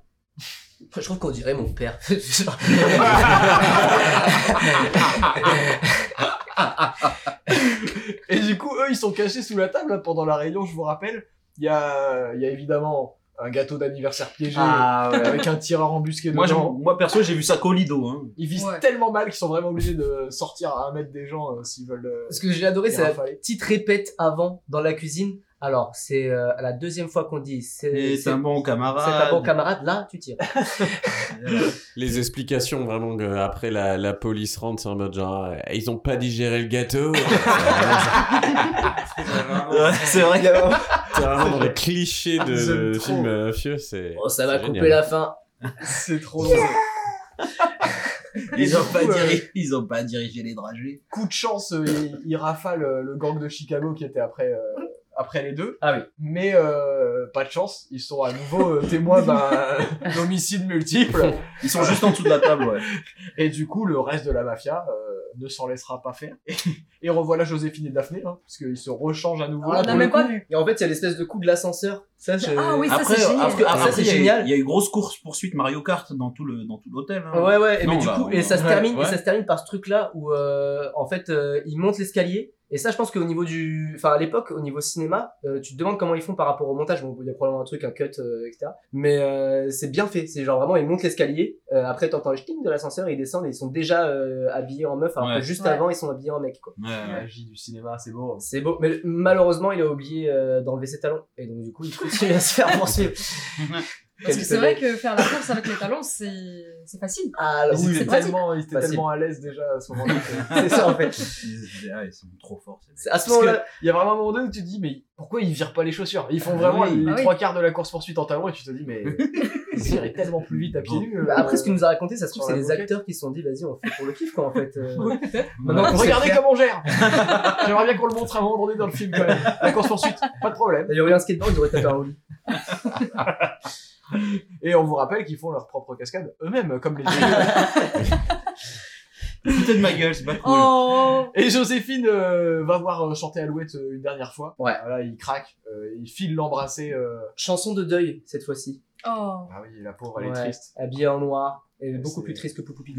Speaker 12: Je trouve qu'on dirait mon père.
Speaker 10: Et du coup, eux, ils sont cachés sous la table là, pendant la réunion, je vous rappelle. Il y a, il y a évidemment un gâteau d'anniversaire piégé
Speaker 2: Ah, ouais.
Speaker 10: avec un tireur embusqué
Speaker 2: Moi, j'ai-
Speaker 10: dedans.
Speaker 2: moi perso, j'ai vu ça qu'au lido. Hein.
Speaker 10: Ils visent tellement mal qu'ils sont vraiment obligés de sortir à un mètre des gens euh, s'ils veulent. euh,
Speaker 12: Ce que j'ai adoré,
Speaker 10: les
Speaker 12: c'est la
Speaker 10: rafaler.
Speaker 12: petite répète avant dans la cuisine. Alors, c'est euh, la deuxième fois qu'on dit. C'est
Speaker 2: Et c'est un bon camarade.
Speaker 12: C'est un bon camarade. Là, tu tires.
Speaker 4: Les explications vraiment que après la, la police rentre, c'est en mode genre euh, ils ont pas digéré le gâteau.
Speaker 2: Ouais, c'est vrai
Speaker 12: qu'il y a-
Speaker 4: C'est vraiment dans les clichés de
Speaker 12: J'aime trop.
Speaker 4: films euh, mafieux, c'est.
Speaker 12: Oh, ça va
Speaker 4: c'est
Speaker 12: couper
Speaker 4: génial.
Speaker 12: la fin.
Speaker 10: C'est trop
Speaker 2: Ils
Speaker 10: Et
Speaker 2: ont,
Speaker 10: du
Speaker 2: pas
Speaker 10: coup, euh,
Speaker 2: diri- ils ont pas dirigé les dragées.
Speaker 10: coup de chance, euh, il, il rafale euh, le gang de Chicago qui était après, euh, après les deux.
Speaker 12: Ah oui.
Speaker 10: Mais euh, pas de chance, ils sont à nouveau euh, témoins d'un d'un homicide multiple.
Speaker 2: Ils sont juste en dessous de la table, ouais.
Speaker 10: Et du coup, le reste de la mafia euh, ne s'en laissera pas faire. Et, et revoilà Joséphine et Daphné, hein, parce qu'ils se rechangent à nouveau.
Speaker 12: Ah, on
Speaker 10: Là, pour
Speaker 12: a
Speaker 10: le
Speaker 12: même
Speaker 10: coup,
Speaker 12: pas vu. Et en fait, il y a l'espèce de coup de l'ascenseur.
Speaker 10: Ah
Speaker 12: Ça, je...
Speaker 2: après, Après,
Speaker 12: Ah, ça,
Speaker 2: après,
Speaker 12: c'est
Speaker 2: il y a eu-
Speaker 12: génial.
Speaker 2: Il y a eu grosse course poursuite Mario Kart dans tout le dans tout l'hôtel. hein.
Speaker 12: Ouais, ouais,
Speaker 2: Non,
Speaker 12: mais du
Speaker 2: là,
Speaker 12: coup,
Speaker 2: on-
Speaker 12: et ça, se
Speaker 2: Ouais,
Speaker 12: termine,
Speaker 2: ouais.
Speaker 12: et ça se termine par ce truc-là où, euh, en fait, euh, il monte l'escalier, Et ça, je pense qu'au niveau du. Enfin, à l'époque, au niveau cinéma, euh, tu te demandes comment ils font par rapport au montage. Bon, il y a probablement un truc, un cut, euh, etc. Mais euh, c'est bien fait. C'est genre vraiment, ils montent l'escalier. euh, après, t'entends le ch'ting de l'ascenseur, ils descendent et ils sont déjà euh, habillés en meuf, alors
Speaker 10: Ouais.
Speaker 12: que juste
Speaker 10: Ouais.
Speaker 12: avant, ils sont habillés en mec, quoi.
Speaker 10: La magie du cinéma, c'est beau.
Speaker 12: C'est beau, mais malheureusement, il a oublié euh, d'enlever ses talons. Et donc, du coup, il continue à se faire poursuivre.
Speaker 18: Parce que c'est vrai que faire la course avec les talons, c'est c'est facile.
Speaker 12: Ah,
Speaker 10: oui, il
Speaker 18: c'est
Speaker 10: était
Speaker 18: pratique.
Speaker 10: tellement, il était
Speaker 12: Facile.
Speaker 10: tellement à l'aise déjà à ce moment-là. que-
Speaker 12: C'est ça, en fait.
Speaker 2: Ils, ah, ils sont trop forts. ces mecs.
Speaker 12: C'est- à ce
Speaker 10: Parce que
Speaker 12: moment-là-
Speaker 10: il y a vraiment un moment donné où tu te dis, mais pourquoi ils virent pas les chaussures Ils font
Speaker 12: Ah
Speaker 10: vraiment
Speaker 12: oui.
Speaker 10: les
Speaker 12: Ah oui.
Speaker 10: trois quarts de la course-poursuite en talons et tu te dis, mais ils viraient tellement plus vite à pieds nus.
Speaker 12: Bah,
Speaker 10: euh,
Speaker 12: après, ce qu'il nous a raconté, ça se trouve,
Speaker 10: sur
Speaker 12: c'est
Speaker 10: la
Speaker 12: les
Speaker 10: moquette.
Speaker 12: acteurs qui se sont dit, vas-y, on fait pour le kiff, quoi, en fait. euh. Maintenant
Speaker 10: Maintenant,
Speaker 12: qu'on sait
Speaker 10: regardez
Speaker 12: faire.
Speaker 10: comment on gère J'aimerais bien qu'on le montre à un moment donné dans le film quand même. La course-poursuite, pas de problème.
Speaker 12: Il y aurait eu un skateboard, ils auraient tapé un roulis.
Speaker 10: Et on vous rappelle qu'ils font leur propre cascade eux-mêmes, comme les
Speaker 2: Putain de ma gueule, c'est pas cool.
Speaker 10: Et Joséphine euh, va voir euh, chanter Alouette euh, une dernière fois.
Speaker 12: Ouais.
Speaker 10: Voilà, il craque, euh, il file l'embrasser. euh.
Speaker 12: Chanson de deuil, cette fois-ci.
Speaker 18: Oh.
Speaker 10: Ah oui, la pauvre, elle
Speaker 12: Ouais,
Speaker 10: est triste.
Speaker 12: Habillée en noir, et beaucoup
Speaker 10: c'est-
Speaker 12: plus triste que Poupoupi.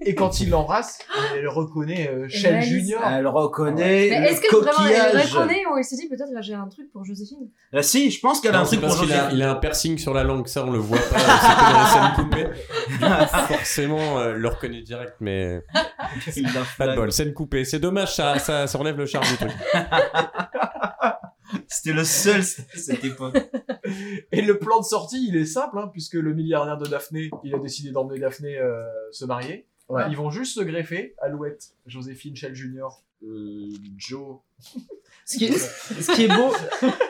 Speaker 10: Et quand il l'embrasse,
Speaker 12: Ah
Speaker 10: elle reconnaît euh, Shell
Speaker 18: réalise.
Speaker 10: Junior.
Speaker 2: Elle
Speaker 18: Mais
Speaker 2: reconnaît
Speaker 18: est-ce
Speaker 2: le
Speaker 18: que vraiment elle
Speaker 2: coquillage.
Speaker 18: reconnaît ou elle s'est dit peut-être là j'ai un truc pour Joséphine
Speaker 2: Ah, si, je pense qu'elle a
Speaker 4: Non,
Speaker 2: un
Speaker 4: c'est
Speaker 2: truc
Speaker 4: parce
Speaker 2: pour
Speaker 4: qu'il a-
Speaker 2: Joséphine.
Speaker 4: Il a un piercing sur la langue, ça on le voit pas, euh, c'est que dans les scènes coupées. Du coup, forcément, euh, le reconnaît direct, mais pas de bol. Scène coupée, c'est dommage, ça, ça, ça enlève le charme du truc.
Speaker 2: C'était le seul à cette époque.
Speaker 10: Et le plan de sortie, il est simple, hein, puisque le milliardaire de Daphné, il a décidé d'emmener Daphné euh, se marier.
Speaker 12: Ouais.
Speaker 10: Ils vont juste se greffer, Alouette, Joséphine, Shell Junior, euh, Joe.
Speaker 12: Ce qui est, ce qui est beau,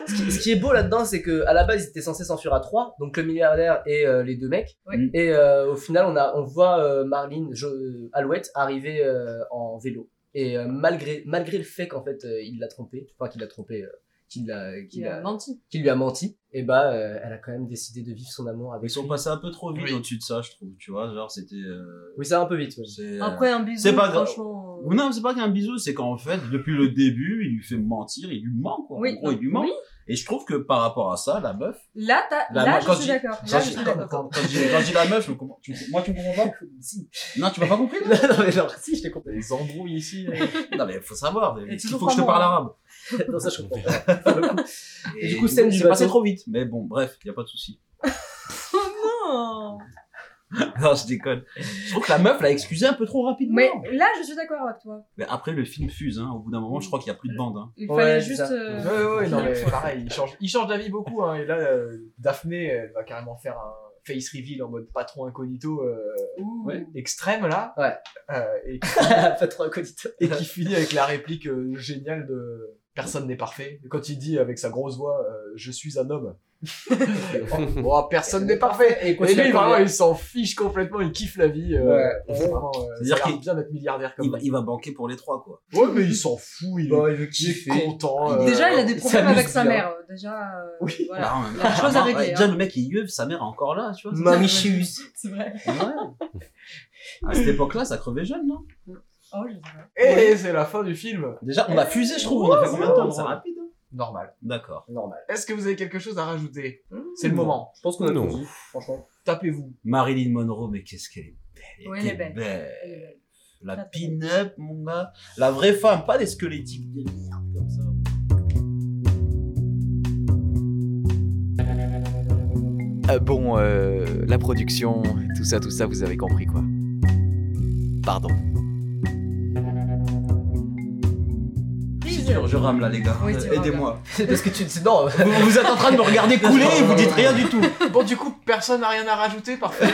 Speaker 12: ce qui, ce qui est beau là-dedans, c'est que à la base ils étaient censés s'enfuir à trois, donc le milliardaire et euh, les deux mecs.
Speaker 10: Mm.
Speaker 18: Oui.
Speaker 12: Et euh, au final, on a, on voit euh, Marlene Jo- euh, Alouette arriver euh, en vélo. Et euh, malgré malgré le fait qu'en fait euh, il l'a trompé, enfin qu'il l'a trompé, euh, qu'il l'a qu'il
Speaker 18: Il a menti.
Speaker 12: qu'il lui a menti, et bah euh, elle a quand même décidé de vivre son amour avec.
Speaker 2: Ils sont
Speaker 12: lui.
Speaker 2: passés un peu trop vite au-dessus de ça, je trouve. Tu vois, genre c'était.
Speaker 12: Oui, ça va un peu vite.
Speaker 18: Après, un bisou,
Speaker 2: C'est pas grave.
Speaker 18: franchement, euh,
Speaker 2: Ou Non, c'est pas qu'un bisou, c'est qu'en fait, depuis le début, il lui fait mentir, il lui ment, quoi.
Speaker 18: Oui,
Speaker 2: en gros, il lui ment. Et je trouve que par rapport à ça, la meuf.
Speaker 18: Là, t'as-
Speaker 2: la
Speaker 18: là,
Speaker 2: meuf-
Speaker 18: je
Speaker 2: Bah, quand
Speaker 18: suis
Speaker 2: je-
Speaker 18: d'accord.
Speaker 2: quand
Speaker 18: Là,
Speaker 2: je-
Speaker 18: je suis d'accord.
Speaker 2: Quand je dis- quand je dis la meuf, je me comprends- tu me comprends- moi, tu me comprends pas
Speaker 12: Si.
Speaker 2: Non, tu m'as pas compris
Speaker 12: Non, non, mais genre, si, je t'ai compris.
Speaker 10: Les embrouilles ici.
Speaker 2: euh. non, mais faut savoir. Il
Speaker 12: toujours
Speaker 2: faut que je te
Speaker 12: pas
Speaker 2: parle
Speaker 12: moi.
Speaker 2: arabe.
Speaker 12: non, ça je comprends.
Speaker 2: Et
Speaker 12: du coup, scène du
Speaker 2: c'est passé
Speaker 12: bateau.
Speaker 2: trop vite. Mais bon, bref, y a pas de souci.
Speaker 18: Oh non
Speaker 2: non, je déconne. Je trouve que la meuf l'a excusé un peu trop rapidement.
Speaker 18: Mais là, je suis d'accord avec toi.
Speaker 2: Mais après, le film fuse, hein. Au bout d'un moment, je crois qu'il y a
Speaker 12: Euh,
Speaker 2: plus de bande, hein.
Speaker 18: Il fallait juste. euh,
Speaker 10: Ouais, ouais, non, mais
Speaker 18: finir, quoi.
Speaker 10: pareil, il change, il change d'avis beaucoup. hein, et là, euh, Daphné, elle va carrément faire un face reveal en mode patron incognito euh, ouais, extrême, là. Euh, et,
Speaker 12: patron incognito.
Speaker 10: et qui finit avec la réplique euh, géniale de Personne n'est parfait. Quand il dit avec sa grosse voix euh, Je suis un homme. Oh, oh, personne n'est parfait.
Speaker 12: Et
Speaker 10: Et,
Speaker 12: continue à
Speaker 10: lui, vraiment,
Speaker 12: courir.
Speaker 10: il s'en fiche complètement, il kiffe la vie. euh,
Speaker 12: Ouais.
Speaker 10: vraiment, euh,
Speaker 2: C'est-à-dire
Speaker 10: ça a l'air
Speaker 2: qu'il-
Speaker 10: bien d'être milliardaire comme
Speaker 2: Il va, il va banquer pour les trois, quoi.
Speaker 10: Ouais, mais il s'en fout, il,
Speaker 12: Bah, il veut
Speaker 10: kiffer. est content. euh,
Speaker 18: Déjà, il a des
Speaker 2: il
Speaker 18: problèmes avec
Speaker 2: s'amuse
Speaker 18: sa
Speaker 2: bien.
Speaker 18: mère. euh, Déjà, euh, voilà.
Speaker 2: Bah, en même
Speaker 18: Il y a des
Speaker 2: temps,
Speaker 18: choses à
Speaker 2: bah,
Speaker 18: régler,
Speaker 2: Déjà,
Speaker 18: hein.
Speaker 2: le mec est vieux, sa mère est encore là, tu vois. c'est
Speaker 12: Mommy
Speaker 2: ça.
Speaker 12: shoes.
Speaker 18: C'est vrai.
Speaker 2: À cette époque-là, ça crevait jeune, non
Speaker 18: Oh, je sais pas.
Speaker 10: Et Eh, c'est la fin du film.
Speaker 2: Déjà, on a fusé, je trouve. On a fait combien de temps C'est rapide. hein
Speaker 10: Normal.
Speaker 2: D'accord.
Speaker 12: Normal.
Speaker 10: Est-ce que vous avez quelque chose à rajouter C'est le moment.
Speaker 12: Je pense qu'on a tout dit, franchement.
Speaker 10: Tapez-vous.
Speaker 2: Marilyn Monroe, mais qu'est-ce qu'elle est belle.
Speaker 18: Oui,
Speaker 2: était
Speaker 18: elle est belle.
Speaker 2: belle.
Speaker 18: Elle est belle.
Speaker 2: La pin-up, mon gars. La vraie femme, pas des squelettiques de merde comme ça.
Speaker 19: Ah bon, euh, la production, tout ça, tout ça, vous avez compris quoi. Pardon.
Speaker 2: C'est dur, je rame là, les gars.
Speaker 12: Oui, tu rames,
Speaker 2: Aidez-moi.
Speaker 12: C'est parce que tu c'est- non.
Speaker 2: Vous, vous êtes en train de me regarder couler et vous dites rien du tout.
Speaker 10: Bon, du coup, personne n'a rien à rajouter, parfait.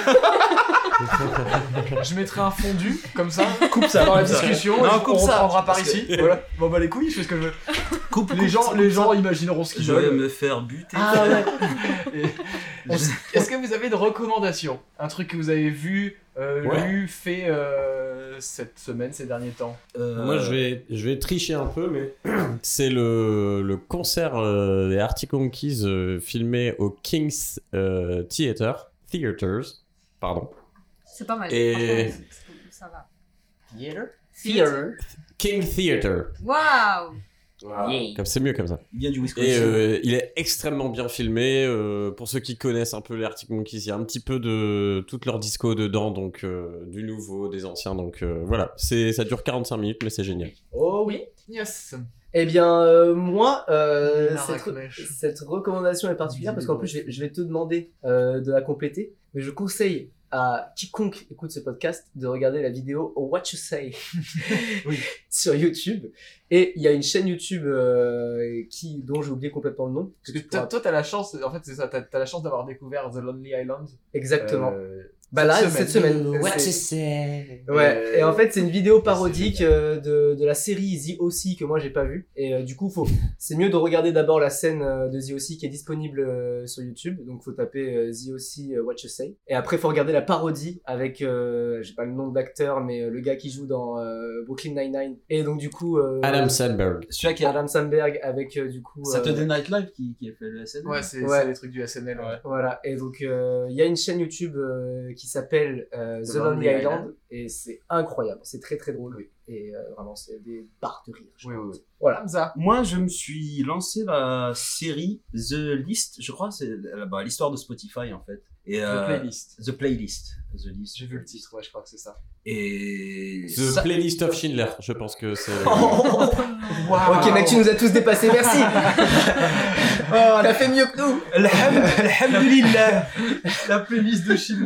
Speaker 10: Je mettrai un fondu, comme ça.
Speaker 2: Coupe ça,
Speaker 10: Dans la
Speaker 2: coupe ça.
Speaker 10: discussion,
Speaker 2: Non,
Speaker 10: on
Speaker 2: coupe ça,
Speaker 10: reprendra par
Speaker 2: parce que-
Speaker 10: ici. Voilà. Bon, bah, les couilles, je fais ce que je veux. Coupe, les gens, les gens imagineront ce qu'ils
Speaker 2: Je vais
Speaker 10: veulent.
Speaker 2: me faire buter.
Speaker 10: Ah ouais. On s- Est-ce que vous avez de recommandations Un truc que vous avez vu, euh,
Speaker 4: Ouais.
Speaker 10: lu, fait euh, cette semaine, ces derniers temps
Speaker 2: Euh,
Speaker 4: Moi, je vais, je vais tricher un peu, mais c'est le, le concert euh, des Arctic Monkeys euh, filmé au King's euh, Theater, Theaters, pardon.
Speaker 18: C'est pas mal.
Speaker 4: Et-
Speaker 18: Franchement, c'est- Ça va.
Speaker 12: Theater
Speaker 4: King Theater.
Speaker 18: Waouh
Speaker 4: Comme- C'est mieux comme ça.
Speaker 2: Il vient du Wisconsin.
Speaker 4: Et euh, il est extrêmement bien filmé. euh, pour ceux qui connaissent un peu les Arctic Monkeys, il y a un petit peu de toute leur disco dedans, donc euh, du nouveau, des anciens. Donc euh, voilà, c'est ça dure 45 minutes, mais c'est génial.
Speaker 12: Oh oui.
Speaker 10: Yes.
Speaker 12: Eh bien, euh, moi, euh,
Speaker 10: La
Speaker 12: cette, cette recommandation est particulière parce qu'en plus, je vais, je vais te demander euh, de la compléter. Mais je conseille à quiconque écoute ce podcast de regarder la vidéo What You Say sur YouTube. Et il y a une chaîne YouTube euh, qui, dont j'ai oublié complètement le nom.
Speaker 10: Parce que t'as- toi, t'as la chance, en fait, c'est ça, t'as t'as la chance d'avoir découvert The Lonely Island.
Speaker 12: Exactement.
Speaker 10: Euh,
Speaker 12: bah là, cette semaine.
Speaker 10: C'est-
Speaker 12: c'est
Speaker 10: Euh,
Speaker 12: Ouais, et en fait, c'est une vidéo parodique euh, de, de la série The O.C. que moi j'ai pas vue. Et euh, du coup, faut... c'est mieux de regarder d'abord la scène euh, de The O.C. qui est disponible euh, sur YouTube. Donc, faut taper euh, The O.C. euh, What You Say. Et après, faut regarder la parodie avec, euh, j'ai pas le nom de l'acteur, mais euh, le gars qui joue dans euh, Brooklyn Nine-Nine. Et donc, du coup. euh,
Speaker 4: Adam Sandberg.
Speaker 2: Celui qui
Speaker 12: Adam Sandberg avec euh, du coup. euh,
Speaker 2: Saturday Night Live qui, qui a fait le SNL.
Speaker 10: Ouais, c'est c'est les trucs du SNL, ouais.
Speaker 12: Voilà, et donc euh, il y a une chaîne YouTube euh, qui s'appelle euh, The Lonely Island, et c'est incroyable, c'est très très drôle, et euh, vraiment c'est des barres de rire. je pense. Voilà.
Speaker 2: Moi, je me suis lancé la série The List, je crois, c'est euh, bah, l'histoire de Spotify en fait. Et, euh,
Speaker 10: The Playlist.
Speaker 2: The Playlist. The List.
Speaker 10: J'ai vu le titre, ouais, je crois que c'est ça.
Speaker 2: Et.
Speaker 4: The
Speaker 2: ça- Oh,
Speaker 4: Playlist of Schindler, je pense que c'est.
Speaker 12: Ah. Ok, mec, tu nous as tous dépassés, merci Oh, T'as fait mieux que nous
Speaker 2: Alhamdulillah La playlist de Chine,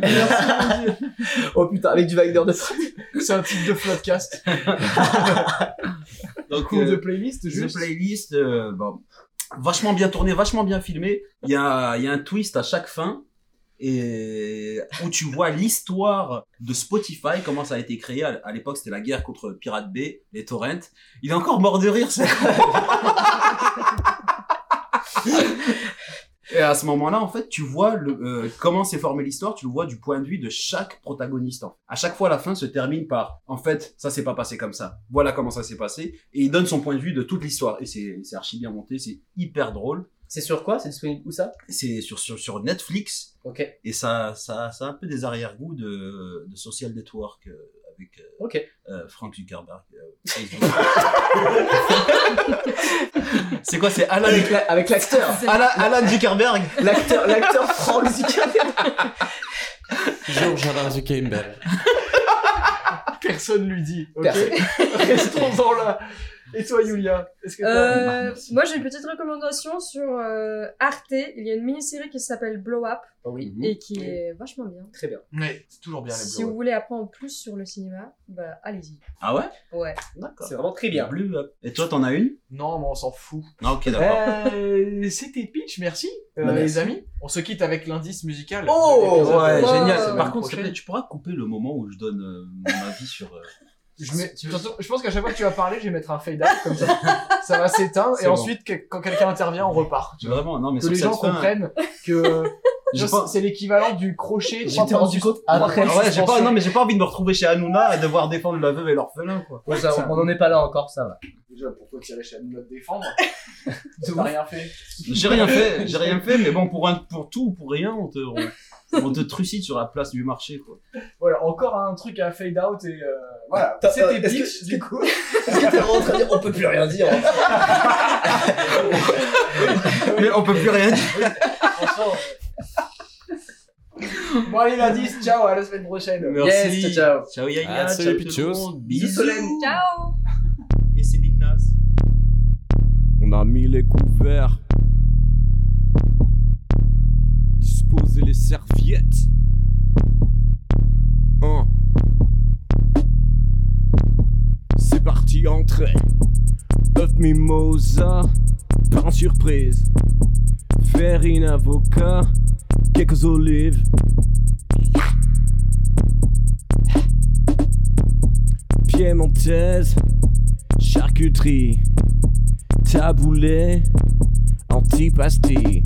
Speaker 12: Oh putain, avec du Wagner de fou
Speaker 10: C'est un type de podcast.
Speaker 2: Donc, euh,
Speaker 10: Coup de playlist, juste.
Speaker 2: The playlist, euh, bon, vachement bien tourné, vachement bien filmé. Il y a, il y a un twist à chaque fin. Et où tu vois l'histoire de Spotify, comment ça a été créé. À à l'époque, c'était la guerre contre Pirate Bay, les torrents. Il est encore mort de rire, ce con. Et à ce moment-là, en fait, tu vois le, euh, comment s'est formée l'histoire, tu le vois du point de vue de chaque protagoniste. en fait. À chaque fois, la fin se termine par en fait, ça s'est pas passé comme ça. Voilà comment ça s'est passé. Et il donne son point de vue de toute l'histoire. Et c'est c'est archi bien monté, c'est hyper drôle.
Speaker 12: C'est sur quoi C'est disponible où ça
Speaker 2: C'est sur, sur, sur Netflix.
Speaker 12: Ok.
Speaker 2: Et ça, ça, ça a un peu des arrière-goûts de, de Social Network euh, avec euh, euh, Frank Zuckerberg. euh, Facebook. c'est quoi C'est Alan
Speaker 12: Avec la- avec l'acteur
Speaker 2: Alan, Alan Zuckerberg
Speaker 12: L'acteur, l'acteur Frank Zuckerberg
Speaker 4: George Adam Zuckerberg.
Speaker 10: Personne lui dit. ok
Speaker 4: Personne.
Speaker 10: Restons-en là. Et toi, Julia Est-ce que t'as-
Speaker 18: Euh, moi, j'ai une petite recommandation sur euh, Arte. Il y a une mini-série qui s'appelle Blow Up
Speaker 12: Mmh. oui.
Speaker 18: et qui est vachement bien.
Speaker 12: Très bien.
Speaker 10: Ouais, c'est toujours bien les
Speaker 18: Si
Speaker 10: Blu-ray.
Speaker 18: vous voulez apprendre plus sur le cinéma, bah allez-y.
Speaker 2: Ah ouais
Speaker 18: Ouais.
Speaker 12: D'accord. C'est vraiment très bien.
Speaker 2: Blue, hop. Et toi, t'en as une
Speaker 10: Non, mais on s'en fout.
Speaker 2: Ah, ok, d'accord.
Speaker 10: Euh, C'était Pitch, merci, euh,
Speaker 2: Bah, merci.
Speaker 10: les amis. On se quitte avec l'indice musical.
Speaker 2: Oh, ouais, génial. Par
Speaker 10: Par
Speaker 2: contre, s'il te
Speaker 10: contre,
Speaker 2: plaît, tu pourras couper le moment où je donne euh, mon avis sur. euh,
Speaker 10: je, mets- de toute façon, je pense qu'à chaque fois que Ah, tu vas parler, je vais mettre un fade out comme ça. ça va s'éteindre
Speaker 2: C'est
Speaker 10: et
Speaker 2: bon.
Speaker 10: ensuite, que- quand quelqu'un intervient, on repart. tu vois.
Speaker 2: Vraiment, non, mais
Speaker 10: que
Speaker 2: sur
Speaker 10: les
Speaker 2: cette
Speaker 10: gens
Speaker 2: fin- hein.
Speaker 10: comprennent que
Speaker 2: J'ai
Speaker 10: Genre,
Speaker 2: pas-
Speaker 10: c'est l'équivalent du crochet.
Speaker 2: J'ai
Speaker 10: trois
Speaker 2: pas
Speaker 10: points
Speaker 2: rendu
Speaker 10: de-
Speaker 2: compte.
Speaker 10: trois
Speaker 2: Après,
Speaker 10: points de
Speaker 2: euh, ouais, j'ai pas,
Speaker 10: suspension.
Speaker 2: non, mais j'ai pas envie de me retrouver chez Hanouna à devoir défendre la veuve et l'orphelin, quoi.
Speaker 12: Ouais, ça, on n'en est pas là encore, ça va.
Speaker 10: Déjà, pourquoi tirer chez nous de défendre T'as rien fait.
Speaker 2: J'ai rien fait, j'ai rien fait, mais bon, pour, un, pour tout ou pour rien, on te, on, on te trucide sur la place du marché, quoi.
Speaker 10: Voilà, encore un truc à fade out et euh, voilà.
Speaker 2: T'as-
Speaker 10: C'était
Speaker 2: euh, est-ce
Speaker 10: Pitch, du coup.
Speaker 12: en train de dire, on peut plus rien dire.
Speaker 2: Mais on peut plus rien dire.
Speaker 10: Bon, allez, l'indice, ciao, à la semaine prochaine.
Speaker 2: Merci.
Speaker 10: Yes, ciao, ciao.
Speaker 2: Ciao, Yaya.
Speaker 10: Ah,
Speaker 2: ciao
Speaker 10: salut,
Speaker 2: tout le
Speaker 10: Pitchos.
Speaker 2: monde.
Speaker 10: Bisous,
Speaker 2: Bisous.
Speaker 10: Solène.
Speaker 18: Ciao
Speaker 2: Et Céline Nas.
Speaker 20: On a mis les couverts, disposé les serviettes. Hein. C'est parti, entrée. Œuf mimosa, pain surprise. Farine, avocat, quelques olives. Piémontaise, charcuterie taboulet, antipasti.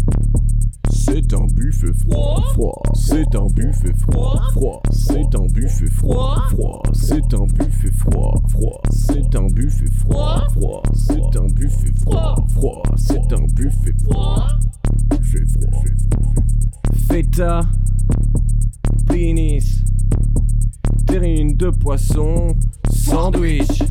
Speaker 20: C'est un buffet froid, froid. C'est un buffet froid, froid. C'est un buffet froid, froid. C'est un buffet froid, froid. C'est un buffet froid, froid. C'est un buffet froid, froid. C'est un buffet froid. Buffet froid. Feta, pénis, terrine de poisson, sandwich.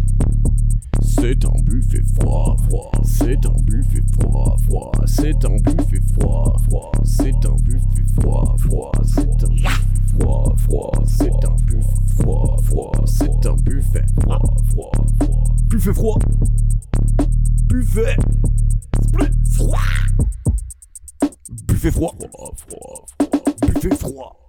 Speaker 10: C'est un buffet froid, froid. C'est un buffet froid, froid. C'est un buffet froid, froid. C'est un buffet froid, froid. C'est un buffet froid, froid. C'est un buffet froid, froid. C'est un buffet froid, froid, froid. Buffet froid. Buffet. Split. Froid. Buffet froid. Froid, froid, froid. Buffet froid.